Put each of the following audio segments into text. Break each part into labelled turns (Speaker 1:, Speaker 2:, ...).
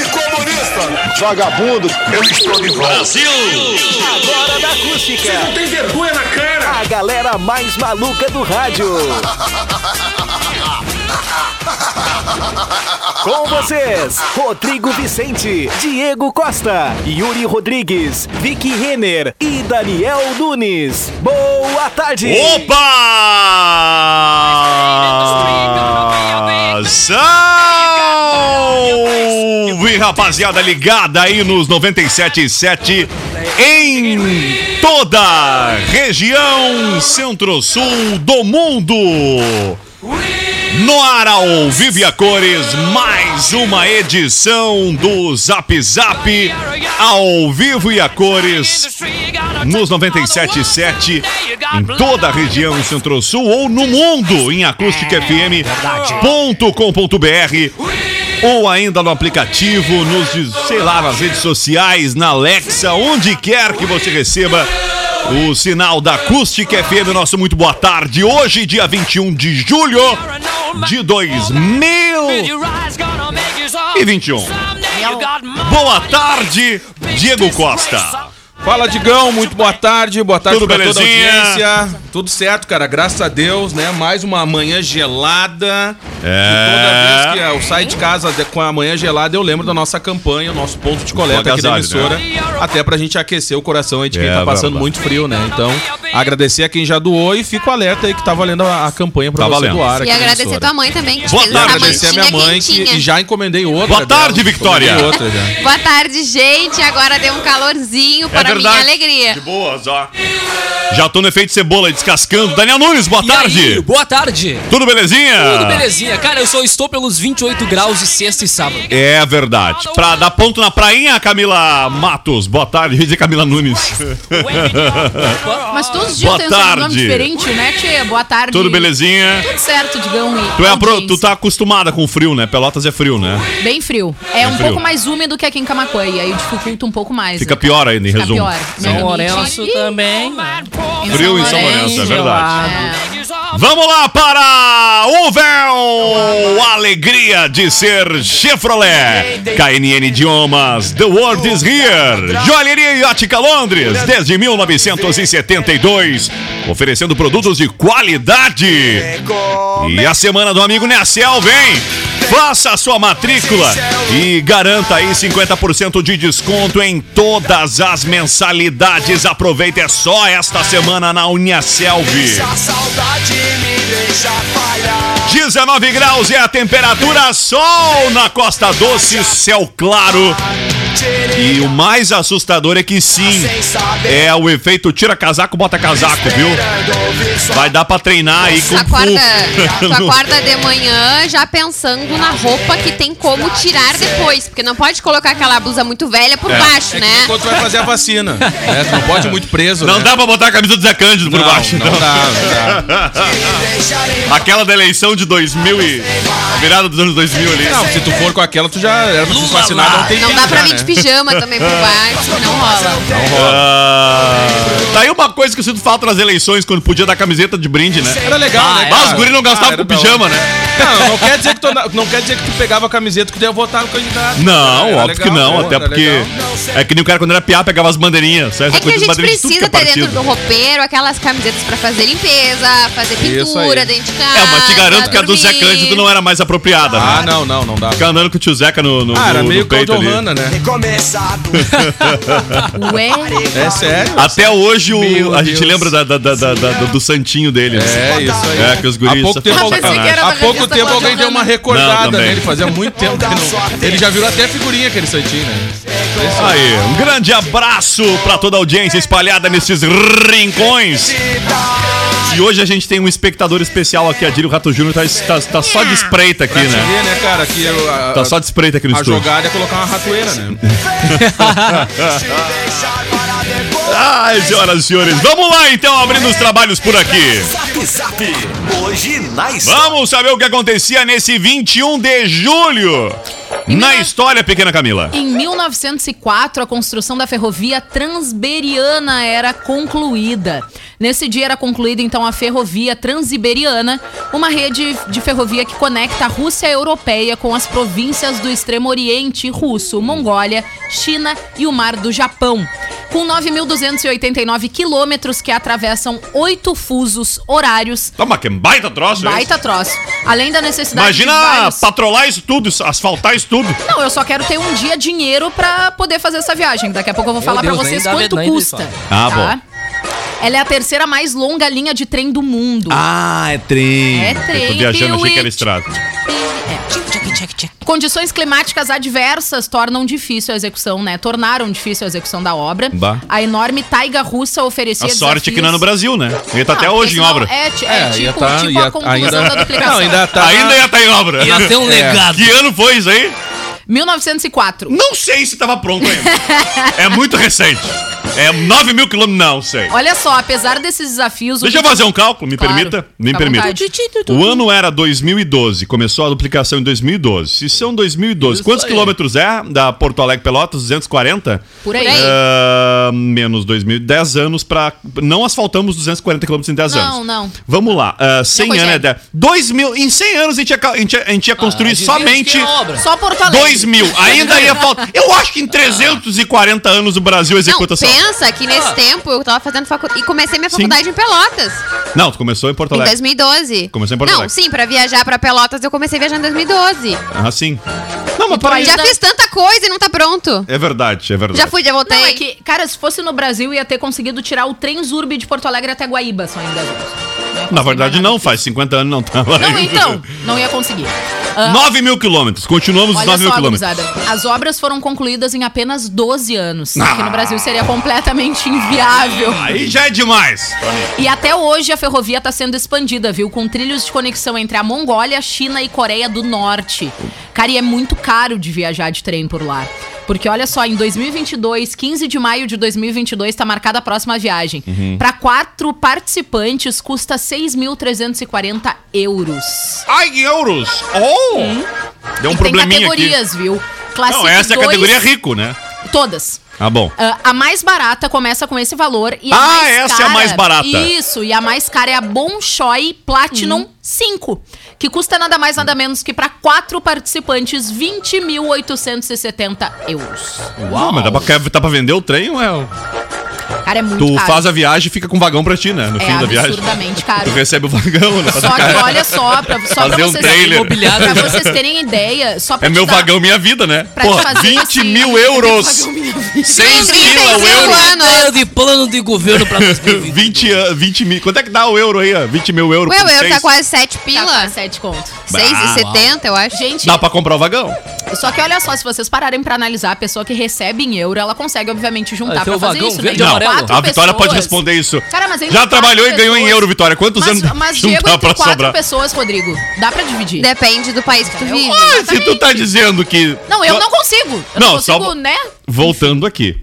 Speaker 1: e comunista.
Speaker 2: Vagabundo, eu estou de volta.
Speaker 3: Agora da acústica.
Speaker 1: Tem vergonha na cara.
Speaker 3: A galera mais maluca do rádio. Com vocês, Rodrigo Vicente, Diego Costa, Yuri Rodrigues, Vicky Renner e Daniel Nunes. Boa tarde!
Speaker 4: Opa! Salve, rapaziada ligada aí nos 97.7 em toda a região centro-sul do mundo. No ar ao Vive a Cores, mais uma edição do Zap Zap ao vivo e a cores nos 97.7 em toda a região centro-sul ou no mundo em acústicafm.com.br ou ainda no aplicativo, nos, diz- sei lá, nas redes sociais, na Alexa, onde quer que você receba o sinal da Acústica FM, nosso muito boa tarde. Hoje, dia 21 de julho de 2021. Boa tarde, Diego Costa.
Speaker 5: Fala, Digão, muito boa tarde, boa tarde
Speaker 4: Tudo
Speaker 5: pra
Speaker 4: belezinha?
Speaker 5: toda a audiência. Tudo certo, cara, graças a Deus, né? Mais uma manhã gelada.
Speaker 4: É.
Speaker 5: E toda vez que eu saio de casa de- com a manhã gelada, eu lembro da nossa campanha, o nosso ponto de coleta aqui da
Speaker 4: agasalho,
Speaker 5: emissora. Até pra gente aquecer o coração aí de quem
Speaker 4: né? É,
Speaker 5: tá passando
Speaker 4: verdade.
Speaker 5: muito frio, né? Então,
Speaker 6: tá
Speaker 5: agradecer a quem já doou e fico alerta aí que tá valendo a, a campanha pra
Speaker 4: Tá
Speaker 5: você
Speaker 4: valendo.
Speaker 5: doar aqui
Speaker 6: E
Speaker 5: na
Speaker 6: agradecer
Speaker 5: emissora.
Speaker 6: tua mãe também, que te
Speaker 4: Boa
Speaker 6: fez essa
Speaker 4: tarde, É
Speaker 5: Agradecer a minha mãe que
Speaker 6: quentinha.
Speaker 5: e já encomendei outra.
Speaker 4: Boa tarde,
Speaker 5: dela,
Speaker 4: Victoria.
Speaker 5: encomendei Outra já.
Speaker 6: Boa tarde, gente. Agora deu um
Speaker 4: É
Speaker 6: calorzinho para minha
Speaker 4: De
Speaker 6: alegria.
Speaker 4: boas, ó. Já tô no efeito cebola descascando. Daniel Nunes, boa
Speaker 7: E
Speaker 4: tarde.
Speaker 7: aí, boa tarde.
Speaker 4: Tudo belezinha?
Speaker 7: Tudo belezinha. Cara, eu só estou pelos 28 graus de sexta e sábado.
Speaker 4: É verdade. Pra dar ponto na prainha, Camila Matos. Boa tarde, dizer Camila Nunes.
Speaker 8: Mas todos os
Speaker 4: Boa
Speaker 8: dias tem um
Speaker 4: tarde.
Speaker 8: sobrenome diferente, né, Tchê? Boa tarde.
Speaker 4: Tudo belezinha?
Speaker 8: Tudo certo, digão. e
Speaker 4: Tu, é apro... tu
Speaker 8: audiência.
Speaker 4: tá acostumada com frio, né? Pelotas é frio, né?
Speaker 8: Bem frio. É, um
Speaker 4: frio.
Speaker 8: pouco mais úmido que aqui em Camacuã, e aí dificulta um pouco mais.
Speaker 4: Fica
Speaker 7: é.
Speaker 8: né?
Speaker 4: pior ainda, em
Speaker 8: Fica
Speaker 4: resumo.
Speaker 8: pior.
Speaker 4: Sim.
Speaker 8: Não,
Speaker 9: Lourenço
Speaker 8: Ih,
Speaker 9: também.
Speaker 4: Frio É. em São Lourenço, é verdade.
Speaker 8: É.
Speaker 4: Vamos lá para o véu! Alegria de ser Chevrolet. KNN Idiomas, The World is Here. Joalheria e Ótica Londres, desde 1972. Oferecendo produtos de qualidade. E a semana do amigo Nessel vem! Faça a sua matrícula e garanta aí 50% de desconto em todas as mensalidades. Aproveita, é só esta semana na Uniaselv. 19 graus é a temperatura, sol na Costa Doce, céu claro. E o mais assustador é que sim, é o efeito tira casaco, bota casaco, viu? Vai dar pra treinar aí com
Speaker 6: Tu acorda, tu
Speaker 4: No-
Speaker 6: acorda de manhã já pensando na roupa que tem como tirar depois. Porque não pode colocar aquela blusa muito velha por baixo,
Speaker 5: É que
Speaker 6: né?
Speaker 5: Quando tu vai fazer a vacina. né? Tu não pode ir muito preso.
Speaker 4: Não
Speaker 5: né?
Speaker 4: dá pra botar a camisa do Zé Cândido por
Speaker 5: Não,
Speaker 4: baixo.
Speaker 5: Não,
Speaker 4: então.
Speaker 5: dá, não dá.
Speaker 4: Aquela da eleição de 2000 e... A virada dos anos 2000 ali.
Speaker 5: Não, se tu for com aquela, tu já era pra ter se vacinado há um tempinho
Speaker 6: Não dá pra
Speaker 4: É,
Speaker 5: já,
Speaker 6: vir
Speaker 5: né?
Speaker 6: de pijama também por baixo, não rola.
Speaker 4: Ah, tá aí uma coisa que eu sinto falta nas eleições, quando podia dar camiseta de brinde, né?
Speaker 5: Era legal, né?
Speaker 4: Mas
Speaker 5: cara?
Speaker 4: os guri não gastavam
Speaker 5: Ah,
Speaker 4: com
Speaker 5: era
Speaker 4: pijama, né?
Speaker 5: da hora. Não, não quer, dizer que tu, não quer dizer que tu pegava a camiseta que tu ia votar no candidato.
Speaker 4: Não,
Speaker 5: Era
Speaker 4: óbvio
Speaker 5: É legal,
Speaker 4: que não,
Speaker 5: pô,
Speaker 4: até
Speaker 5: era
Speaker 4: porque
Speaker 5: legal.
Speaker 4: é que nem o cara quando era piá pegava as bandeirinhas, sabe? Essa
Speaker 6: É que a
Speaker 4: coisa de
Speaker 6: gente
Speaker 4: bandeirinha de tudo
Speaker 6: precisa
Speaker 4: que é
Speaker 6: ter dentro um
Speaker 4: partido.
Speaker 6: do roupeiro aquelas camisetas pra fazer limpeza, fazer
Speaker 5: Isso
Speaker 6: pintura
Speaker 5: aí.
Speaker 6: dentro de casa.
Speaker 4: É, mas te garanto que a do Zé
Speaker 6: dormir.
Speaker 4: Cândido não era mais apropriada,
Speaker 5: Ah,
Speaker 4: né?
Speaker 5: não, não, não dá.
Speaker 4: Ficar andando com o tio Zeca no, no,
Speaker 5: Ah, era
Speaker 4: no- no
Speaker 5: meio
Speaker 4: peito ali.
Speaker 5: Claudio né?
Speaker 8: Ué?
Speaker 5: É sério.
Speaker 4: Até hoje o-
Speaker 5: Meu
Speaker 4: a gente
Speaker 5: Deus.
Speaker 4: lembra da- da- da- da- da- do santinho dele.
Speaker 5: É,
Speaker 4: né?
Speaker 5: isso aí.
Speaker 4: É, que os guris
Speaker 5: Há pouco tempo,
Speaker 4: são
Speaker 5: alguém-
Speaker 4: sacanagem.
Speaker 8: era
Speaker 5: há
Speaker 8: da
Speaker 5: pouco
Speaker 8: revista
Speaker 5: tempo alguém
Speaker 8: Claudio
Speaker 5: deu uma
Speaker 4: Não,
Speaker 8: Hanna.
Speaker 5: recordada
Speaker 4: também.
Speaker 5: nele, fazia muito tempo que não. Ele já virou até figurinha aquele santinho, né?
Speaker 4: Aí, um grande abraço pra toda a audiência espalhada nesses rincões. E hoje a gente tem um espectador especial aqui, Adílio Rato Júnior, tá, tá, tá só
Speaker 6: Ah.
Speaker 4: de espreita aqui,
Speaker 5: Pra te
Speaker 4: né?
Speaker 5: ver, né, cara, que eu- a,
Speaker 4: Tá só de espreita aqui no
Speaker 5: a é
Speaker 4: estúdio.
Speaker 5: jogada é colocar uma ratoeira, né?
Speaker 4: Ai, senhoras e senhores, vamos lá então, abrindo os trabalhos por aqui.
Speaker 9: Zap Zap, hoje na história.
Speaker 4: Vamos saber o que acontecia nesse 21 de julho. Na história, pequena Camila.
Speaker 8: Em 1904, a construção da ferrovia Transiberiana era concluída. Nesse dia era concluída então a ferrovia Transiberiana, uma rede de ferrovia que conecta a Rússia europeia com as províncias do Extremo Oriente Russo, Mongólia, China e o Mar do Japão. Com 9.289 quilômetros que atravessam oito fusos horários.
Speaker 4: Toma, que baita troço. é
Speaker 8: Baita troço. Além da
Speaker 4: esse?
Speaker 8: necessidade de
Speaker 4: Imagina
Speaker 8: vários...
Speaker 4: patrolar isso tudo, isso- asfaltar isso tudo.
Speaker 8: Não, eu só quero ter um dia dinheiro pra poder fazer essa viagem. Daqui a pouco eu vou
Speaker 7: Meu
Speaker 8: falar pra
Speaker 7: Deus,
Speaker 8: vocês
Speaker 7: nem dá-
Speaker 8: quanto
Speaker 7: nem
Speaker 8: custa. Tá?
Speaker 7: dá
Speaker 4: Ah,
Speaker 7: isso,
Speaker 8: Ela é a terceira mais longa linha de trem do mundo.
Speaker 4: Ah, é trem.
Speaker 8: É
Speaker 4: Eu tô
Speaker 8: trem, É,
Speaker 4: viajando, achei que era
Speaker 8: Piuí.
Speaker 4: estrada.
Speaker 8: Condições climáticas adversas tornam difícil a execução, né? Tornaram difícil a execução da obra.
Speaker 4: Bah.
Speaker 8: A enorme taiga russa oferecia
Speaker 4: A sorte é que não é no
Speaker 8: desafios-
Speaker 4: Brasil, né? Ele tá até
Speaker 8: Não,
Speaker 4: hoje em
Speaker 8: porque
Speaker 4: obra.
Speaker 8: senão É, ti- é
Speaker 5: É, ia
Speaker 8: tipo,
Speaker 5: tá,
Speaker 8: tipo
Speaker 5: ia,
Speaker 8: a conclusão
Speaker 5: ainda,
Speaker 8: da duplicação.
Speaker 5: não, ainda tá.
Speaker 4: Ainda ia estar em obra. É.
Speaker 7: Ia ter um legado.
Speaker 4: Que ano foi isso aí?
Speaker 8: 1904.
Speaker 4: Não sei se tava pronto ainda. é muito recente. É 9 mil quilômetros, não sei.
Speaker 8: Olha só, apesar desses desafios... o
Speaker 4: Deixa eu
Speaker 8: que-
Speaker 4: fazer um cálculo, me
Speaker 8: Claro,
Speaker 4: permita? Me
Speaker 8: fica à
Speaker 4: permita.
Speaker 8: vontade.
Speaker 4: O ano era 2012, começou a duplicação em 2012. Se são 2012,
Speaker 7: Isso
Speaker 4: quantos
Speaker 7: aí.
Speaker 4: quilômetros é da Porto Alegre Pelotas? 240?
Speaker 8: Por aí.
Speaker 6: Por aí.
Speaker 4: Ah, menos 2000, 10 anos pra. Não asfaltamos 240 quilômetros em 10
Speaker 8: Não,
Speaker 4: anos.
Speaker 8: não.
Speaker 4: Vamos lá. ah, 100
Speaker 8: Não, Ah,
Speaker 4: anos é
Speaker 8: Rogério.
Speaker 4: 10. 2000, em 100 anos a gente ia, ca- a gente ia, a gente ia construir
Speaker 7: Adivinha de
Speaker 4: somente.
Speaker 7: quem é a obra?
Speaker 8: Só Porto Alegre.
Speaker 4: 2 mil. Ainda ia faltar. Eu acho que em 340 anos o Brasil
Speaker 6: Não,
Speaker 4: executa só.
Speaker 6: pensa que nesse
Speaker 8: Ah.
Speaker 6: tempo eu tava fazendo faculdade. E comecei minha faculdade em Pelotas,
Speaker 4: Não, tu começou em Porto
Speaker 6: em
Speaker 4: Alegre.
Speaker 6: 2012.
Speaker 4: Começou é? em Porto
Speaker 6: Não,
Speaker 4: Alegre.
Speaker 6: sim, pra viajar pra Pelotas eu comecei a viajar em 2012.
Speaker 4: Ah, sim. Não, mas para
Speaker 8: aí-
Speaker 6: Já
Speaker 8: Ainda-
Speaker 6: fiz tanta coisa e não tá pronto.
Speaker 4: É verdade, é verdade.
Speaker 6: Já fui, já voltei.
Speaker 8: Não, é que, cara, se fosse no Brasil, ia ter conseguido tirar o trem Zurb de Porto Alegre até Guaíba, só ainda.
Speaker 4: Na verdade, não, faz 50 anos não tava.
Speaker 8: Não,
Speaker 4: ainda.
Speaker 8: então, não ia conseguir. Ah,
Speaker 4: 9 mil quilômetros, continuamos os
Speaker 8: Olha
Speaker 4: 9 mil
Speaker 8: só,
Speaker 4: quilômetros.
Speaker 8: gurizada. As obras foram concluídas em apenas 12 anos,
Speaker 4: Ah.
Speaker 8: que no Brasil seria completamente inviável.
Speaker 4: Aí já é demais.
Speaker 8: E até hoje a ferrovia está sendo expandida, viu? Com trilhos de conexão entre a Mongólia, China e Coreia do Norte. Cara, e é muito caro de viajar de trem por lá. Porque olha só, em 2022, 15 de maio de 2022, está tá marcada a próxima viagem.
Speaker 4: Uhum.
Speaker 8: Para quatro participantes, custa 6.340 euros.
Speaker 4: Ai, em euros. Oh! Deu um
Speaker 8: e tem
Speaker 4: probleminha aqui.
Speaker 8: categorias, viu? Classic
Speaker 4: Não, essa é a
Speaker 8: dois,
Speaker 4: categoria rico, né?
Speaker 8: Todas.
Speaker 4: Ah, bom.
Speaker 8: Ah, a mais barata começa com esse valor e a
Speaker 4: Ah,
Speaker 8: mais
Speaker 4: essa é a
Speaker 8: cara,
Speaker 4: mais barata.
Speaker 8: Isso, e a mais cara é a Bonchoy Platinum
Speaker 6: Uhum.
Speaker 8: 5, que custa nada mais nada menos que para quatro participantes 20.870 euros.
Speaker 4: Uau, Ah, mas dá pra, dá pra vender o trem, ué.
Speaker 8: Cara, é
Speaker 4: Tu
Speaker 8: muito caro.
Speaker 4: faz a viagem e fica com o vagão pra ti, né? No
Speaker 8: é
Speaker 4: fim da viagem.
Speaker 8: absurdamente
Speaker 4: Tu
Speaker 8: caro.
Speaker 4: recebe o vagão, né?
Speaker 8: Só que olha só, pra, só pra
Speaker 4: Fazer um
Speaker 8: vocês,
Speaker 4: trailer.
Speaker 8: pra vocês terem ideia, só pra
Speaker 4: É
Speaker 8: te
Speaker 4: meu
Speaker 8: dar-
Speaker 4: vagão, minha vida, né?
Speaker 8: tá. pra te
Speaker 4: Porra,
Speaker 8: fazer assim,
Speaker 4: 20
Speaker 8: esse-
Speaker 4: mil
Speaker 8: um
Speaker 4: euros. 6
Speaker 6: Tem
Speaker 4: mil é o
Speaker 6: 35
Speaker 4: euro.
Speaker 6: anos.
Speaker 8: Tá,
Speaker 7: Ideia de plano de governo pra 2020.
Speaker 4: 20, an- 20 mil. Quanto é que dá o euro aí? ó? 20 mil euro.
Speaker 6: O
Speaker 4: por
Speaker 6: euro tá
Speaker 4: seis?
Speaker 6: quase 7
Speaker 8: Tá,
Speaker 6: pila.
Speaker 8: sete conto.
Speaker 6: 6,70, eu acho.
Speaker 8: Gente,
Speaker 4: Dá pra comprar o vagão.
Speaker 8: Só que olha só, se vocês pararem pra analisar, a pessoa que recebe em euro, ela consegue, obviamente, juntar
Speaker 7: Ah, tem
Speaker 4: então
Speaker 8: pra
Speaker 7: o
Speaker 8: fazer
Speaker 7: vagão
Speaker 8: isso,
Speaker 7: verde
Speaker 8: né?
Speaker 7: e
Speaker 4: Não,
Speaker 7: amarelo.
Speaker 4: a Vitória
Speaker 8: pessoas.
Speaker 4: pode responder isso.
Speaker 8: Cara, mas ainda
Speaker 4: Já
Speaker 8: quatro
Speaker 4: trabalhou e ganhou em
Speaker 8: pessoas.
Speaker 4: euro, Vitória. Quantos
Speaker 8: Mas,
Speaker 4: anos
Speaker 8: mas
Speaker 4: não
Speaker 8: Diego,
Speaker 4: dá
Speaker 8: entre
Speaker 4: pra
Speaker 8: quatro
Speaker 4: sobrar?
Speaker 8: pessoas, Rodrigo, dá pra dividir.
Speaker 6: Depende do país que tu vive.
Speaker 4: Ah, se tu tá dizendo que...
Speaker 8: Não, eu não consigo. Eu não,
Speaker 4: Não, só-
Speaker 8: consigo, né?
Speaker 4: Voltando aqui.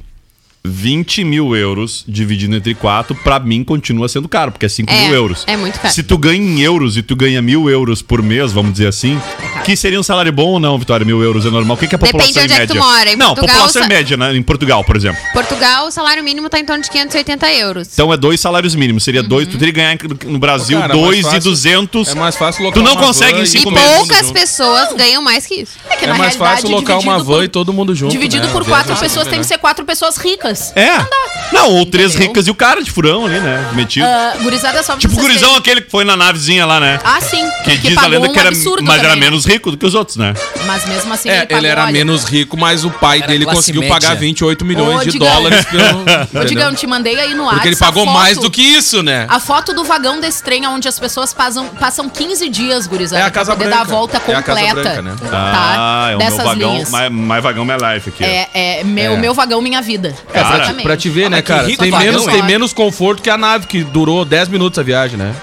Speaker 4: 20 mil euros dividido entre 4, pra mim continua sendo caro, porque é 5
Speaker 6: É,
Speaker 4: mil euros.
Speaker 6: é muito caro.
Speaker 4: Se tu ganha em euros e tu ganha mil euros por mês, vamos dizer assim, que seria um salário bom ou não, Vitória? Mil euros é normal. O que, que é a
Speaker 6: É Depende
Speaker 4: população
Speaker 6: onde
Speaker 4: em
Speaker 6: é que
Speaker 4: média?
Speaker 6: tu mora. Em
Speaker 4: não,
Speaker 6: Portugal,
Speaker 4: população
Speaker 6: sa-
Speaker 4: em média, né? Em Portugal, por exemplo.
Speaker 6: Portugal, o salário mínimo tá em torno de 580 euros.
Speaker 4: Então é dois salários mínimos. Seria dois. Tu teria que ganhar no Brasil
Speaker 5: Cara, é mais
Speaker 4: dois e
Speaker 5: fácil-
Speaker 4: duzentos.
Speaker 5: É mais fácil
Speaker 4: Tu
Speaker 5: locar
Speaker 4: não
Speaker 5: uma
Speaker 4: consegue
Speaker 5: van
Speaker 4: em
Speaker 5: e
Speaker 6: E
Speaker 4: cinco
Speaker 5: todo mundo
Speaker 6: poucas
Speaker 5: junto.
Speaker 6: pessoas ganham mais que isso.
Speaker 8: É, que,
Speaker 5: É mais fácil locar uma
Speaker 8: dividido
Speaker 5: van
Speaker 8: por-
Speaker 5: e todo mundo junto.
Speaker 8: Dividido
Speaker 5: né?
Speaker 8: por
Speaker 5: Às
Speaker 8: quatro
Speaker 5: vezes é
Speaker 8: pessoas, tem que
Speaker 5: melhor.
Speaker 8: ser quatro pessoas ricas.
Speaker 4: assim, É. Não, ou três ricas e o cara de furão ali, né? Metido.
Speaker 8: Ah, gurizada, só pra
Speaker 4: tipo o
Speaker 8: vocês
Speaker 4: gurizão
Speaker 8: terem-
Speaker 4: aquele que foi na navezinha lá, né?
Speaker 8: Ah, sim.
Speaker 4: Que, diz a lenda que era. Mas era
Speaker 8: um também.
Speaker 4: menos rico do que os outros, né?
Speaker 8: Mas mesmo assim,
Speaker 5: É, ele
Speaker 8: pagou,
Speaker 5: era
Speaker 8: olha,
Speaker 5: menos rico, mas o pai
Speaker 7: Era
Speaker 5: dele
Speaker 7: classe
Speaker 5: conseguiu
Speaker 7: média.
Speaker 5: pagar 28 milhões
Speaker 8: Ô,
Speaker 5: de
Speaker 8: Digão.
Speaker 5: dólares. pelo-
Speaker 8: Ô,
Speaker 5: entendeu?
Speaker 8: Digão, te mandei aí no WhatsApp.
Speaker 5: né? Porque ele pagou mais do que isso, né?
Speaker 8: A foto do vagão desse trem onde as pessoas passam, passam 15 dias, gurizada,
Speaker 5: É a
Speaker 8: pra
Speaker 5: Casa
Speaker 8: poder
Speaker 5: Branca.
Speaker 8: dar a
Speaker 5: É
Speaker 8: volta
Speaker 5: a
Speaker 8: completa.
Speaker 5: Casa Branca, né?
Speaker 8: Tá?
Speaker 4: é o
Speaker 8: Dessas
Speaker 4: meu vagão.
Speaker 8: linhas.
Speaker 4: Mais, mais vagão, minha life aqui. ó.
Speaker 8: É, é, meu,
Speaker 5: É.
Speaker 8: meu vagão, minha vida.
Speaker 5: É, pra,
Speaker 4: Cara.
Speaker 5: te, pra te ver, né,
Speaker 7: que
Speaker 5: cara?
Speaker 7: rico
Speaker 5: Tem
Speaker 7: vagão,
Speaker 5: menos,
Speaker 7: hein?
Speaker 5: tem menos conforto que a nave, que durou 10 minutos a viagem, né?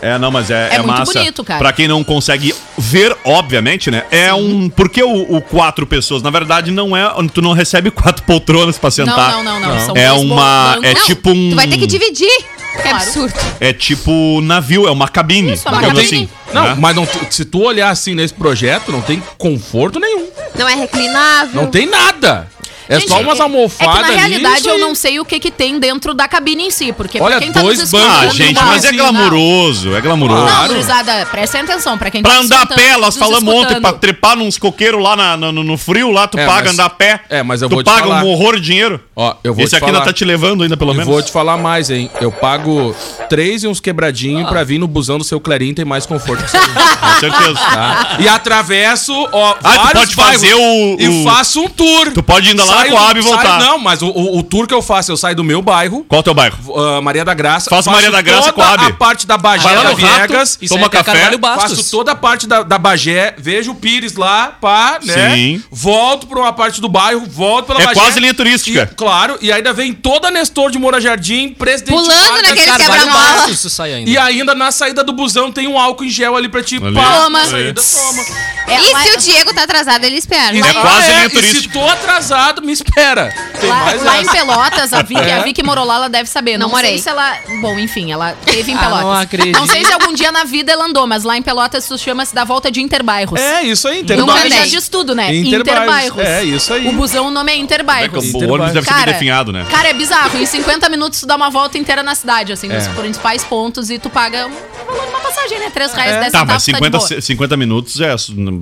Speaker 4: É, não, mas é,
Speaker 8: É muito
Speaker 4: massa.
Speaker 8: bonito, cara.
Speaker 4: Pra quem não consegue ver, obviamente, né? É um. Porque o, o quatro pessoas, na verdade, não é. Tu não recebe quatro poltronas pra sentar.
Speaker 8: não, não, não, são
Speaker 4: é
Speaker 8: dois
Speaker 4: uma.
Speaker 8: bancos.
Speaker 4: É
Speaker 6: Não,
Speaker 4: tipo um.
Speaker 6: Tu vai ter que dividir. Que
Speaker 8: Claro.
Speaker 6: absurdo.
Speaker 4: É tipo navio, é uma cabine.
Speaker 8: Isso, é uma
Speaker 4: digamos
Speaker 8: cabine.
Speaker 4: assim,
Speaker 5: Não,
Speaker 4: né?
Speaker 5: mas não, tu- se tu olhar assim nesse projeto, não tem conforto nenhum.
Speaker 6: Não é reclinável.
Speaker 5: Não tem nada. É
Speaker 8: Gente,
Speaker 5: só umas almofadas.
Speaker 8: É que,
Speaker 5: ali,
Speaker 8: na realidade,
Speaker 5: isso
Speaker 8: eu
Speaker 5: aí.
Speaker 8: não sei o que que tem dentro da cabine em si, porque pra
Speaker 5: Olha,
Speaker 8: quem tá
Speaker 5: dois
Speaker 8: nos
Speaker 5: bancos,
Speaker 4: Ah,
Speaker 8: escutando,
Speaker 4: gente,
Speaker 8: não,
Speaker 4: mas é
Speaker 5: assim,
Speaker 8: não.
Speaker 4: glamuroso, é glamuroso.
Speaker 8: Não,
Speaker 5: Claro.
Speaker 8: gurizada, prestem atenção, pra quem
Speaker 4: Pra
Speaker 8: tá
Speaker 4: andar a
Speaker 8: escutando-
Speaker 4: pé, nós
Speaker 8: nos
Speaker 4: falamos ontem,
Speaker 8: escutando.
Speaker 4: pra trepar nos coqueiros lá na- no, no- no frio, lá tu
Speaker 5: É,
Speaker 4: paga
Speaker 5: mas-
Speaker 4: andar a pé.
Speaker 5: é, mas eu
Speaker 4: tu
Speaker 5: vou te
Speaker 4: paga
Speaker 5: falar.
Speaker 4: um horror de dinheiro.
Speaker 5: Ó, eu vou
Speaker 4: Esse
Speaker 5: te
Speaker 4: aqui
Speaker 5: falar.
Speaker 4: ainda tá te levando ainda, pelo
Speaker 5: E
Speaker 4: menos.
Speaker 5: vou te falar mais, hein? Eu pago três e uns quebradinhos pra vir no busão do seu Clarim, tem mais conforto que você.
Speaker 4: Com certeza.
Speaker 5: E atravesso, ó,
Speaker 4: Ah, tu pode fazer o-
Speaker 5: E
Speaker 4: o-
Speaker 5: faço um tour.
Speaker 4: Tu pode ir ainda lá na
Speaker 5: Saio
Speaker 4: Coab e
Speaker 5: do- saio-
Speaker 4: voltar.
Speaker 5: não, mas o, o- o tour que eu faço, eu saio do meu bairro,
Speaker 4: Qual é o teu bairro?
Speaker 5: ah, Maria da Graça.
Speaker 4: Faço Maria da Graça,
Speaker 5: toda
Speaker 4: Coab.
Speaker 5: a parte da Bagé
Speaker 4: Vai lá
Speaker 5: da
Speaker 4: no Rato,
Speaker 5: Viegas.
Speaker 4: isso
Speaker 7: Isso aí
Speaker 4: Toma
Speaker 7: é até
Speaker 4: café,
Speaker 7: Carvalho Bastos.
Speaker 5: Faço toda a parte da, da Bagé, vejo o Pires lá, pá, né?
Speaker 4: Sim.
Speaker 5: Volto pra uma parte do bairro, volto pela
Speaker 4: É
Speaker 5: Bagé.
Speaker 4: quase linha turística.
Speaker 5: E, claro, e ainda vem toda Nestor de Moura Jardim, presidente
Speaker 6: Pulando
Speaker 5: Vargas,
Speaker 6: naquele
Speaker 5: Carvalho
Speaker 6: quebra-mola.
Speaker 5: Bastos.
Speaker 6: Fala.
Speaker 7: Isso sai ainda.
Speaker 5: E ainda na saída do busão tem um álcool em gel ali pra ti.
Speaker 4: Ali.
Speaker 5: pá,
Speaker 8: Toma.
Speaker 5: na Saída, toma.
Speaker 8: É,
Speaker 6: e
Speaker 8: lá-
Speaker 6: se o Diego tá atrasado, ele espera.
Speaker 4: É quase linha
Speaker 5: E se
Speaker 4: turística.
Speaker 5: tô atrasado, me espera. Tem
Speaker 8: Lá,
Speaker 5: mais
Speaker 8: lá em
Speaker 5: essa.
Speaker 8: Pelotas, a Vicky, a Vicky morou lá, ela deve saber. Não,
Speaker 6: Não morei.
Speaker 8: sei se ela. Bom, enfim, ela teve em
Speaker 7: Ah,
Speaker 8: Pelotas.
Speaker 7: não acredito.
Speaker 8: Não sei se algum dia na vida ela andou, mas lá em Pelotas isso chama-se da volta de Interbairros.
Speaker 5: É, isso aí,
Speaker 8: O
Speaker 5: entendeu?
Speaker 8: nome
Speaker 6: Interbairros.
Speaker 8: já diz tudo, né?
Speaker 5: Interbairros. É, isso aí.
Speaker 8: O busão, o nome é
Speaker 4: É que
Speaker 8: Interbairros.
Speaker 4: o ônibus deve ser
Speaker 8: Cara,
Speaker 4: definhado, né?
Speaker 8: Cara, é bizarro. Em 50 minutos tu dá uma volta inteira na cidade,
Speaker 5: É.
Speaker 8: assim, nos principais pontos e tu paga um valor de uma passagem, né? 3
Speaker 5: É.
Speaker 8: reais, 10
Speaker 4: Tá, mas
Speaker 8: centavos, de
Speaker 4: 50,
Speaker 8: boa.
Speaker 4: se- 50 minutos é.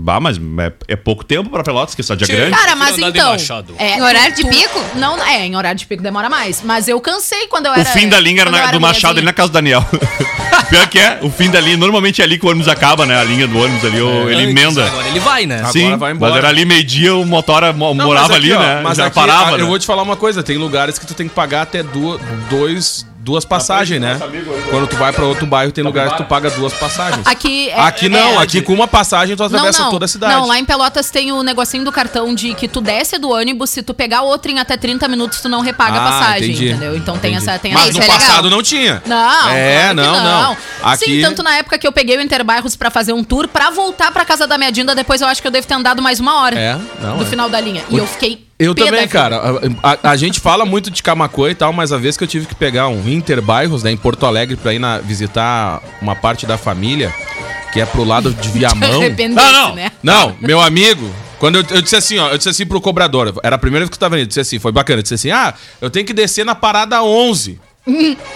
Speaker 4: Ah, mas é, é pouco tempo pra Pelotas, que cidade é grande.
Speaker 8: Cara, mas
Speaker 7: Fernando
Speaker 8: então.
Speaker 7: Machado.
Speaker 8: é,
Speaker 6: Em horário de
Speaker 8: tu-
Speaker 6: pico?
Speaker 8: Não, é, em horário de pico demora mais. Mas eu cansei quando eu
Speaker 4: O
Speaker 8: era. assim.
Speaker 4: fim da linha era
Speaker 8: quando
Speaker 4: na-
Speaker 8: eu
Speaker 4: do Machado ali
Speaker 8: guriazinha.
Speaker 4: na casa do Daniel. Pior que é, o fim da linha, normalmente é ali que o ônibus acaba, né? A linha do ônibus ali, o- ele
Speaker 7: Antes,
Speaker 4: emenda.
Speaker 7: Agora ele vai, né?
Speaker 5: É, Agora
Speaker 4: Sim,
Speaker 5: vai
Speaker 4: mas
Speaker 5: embora.
Speaker 4: era ali meio-dia, o motora mo-
Speaker 5: Não,
Speaker 4: morava
Speaker 5: mas
Speaker 4: ali,
Speaker 5: aqui, ó,
Speaker 4: né?
Speaker 5: Mas
Speaker 4: Já
Speaker 5: aqui,
Speaker 4: parava,
Speaker 5: ah,
Speaker 4: né?
Speaker 5: Eu vou te falar uma coisa, tem lugares que tu tem que pagar até duas, dois, duas passagens, né? Quando tu vai pra outro bairro, tem lugares que tu paga duas passagens.
Speaker 8: Aqui, é-
Speaker 5: Aqui
Speaker 8: é,
Speaker 5: não, aqui com uma passagem tu
Speaker 8: Não,
Speaker 5: atravessa
Speaker 8: não.
Speaker 5: toda a cidade.
Speaker 8: Não, lá em Pelotas tem o negocinho do cartão de que tu desce do ônibus, se tu pegar outro em até 30 minutos, tu não repaga a
Speaker 5: Ah,
Speaker 8: passagem,
Speaker 5: entendi.
Speaker 8: entendeu? Então tem
Speaker 5: Entendi.
Speaker 8: essa. Tem
Speaker 5: Mas no
Speaker 8: essa-
Speaker 6: é legal.
Speaker 5: passado não tinha.
Speaker 8: Não,
Speaker 5: É,
Speaker 8: claro que
Speaker 5: não, não. Aqui-
Speaker 8: Sim, tanto na época que eu peguei o Interbairros pra fazer um tour, pra voltar pra casa da minha Dinda, depois eu acho que eu devo ter andado mais uma hora
Speaker 5: É, não,
Speaker 8: do
Speaker 5: é.
Speaker 8: final da linha. E eu fiquei.
Speaker 5: Eu
Speaker 8: pé da
Speaker 5: também,
Speaker 8: vida.
Speaker 5: cara. A, a- a gente fala muito de Camacuã e tal, mas a vez que eu tive que pegar um Interbairros, né, em Porto Alegre, pra ir na, visitar uma parte da família, que é pro lado de Viamão.
Speaker 8: Arrependente,
Speaker 4: Não, não.
Speaker 8: né?
Speaker 5: Não, meu amigo. Quando eu, eu disse assim, ó, eu disse assim pro cobrador, era a primeira vez que eu tava indo, eu disse assim, foi bacana, eu disse assim, ah, eu tenho que descer na parada 11.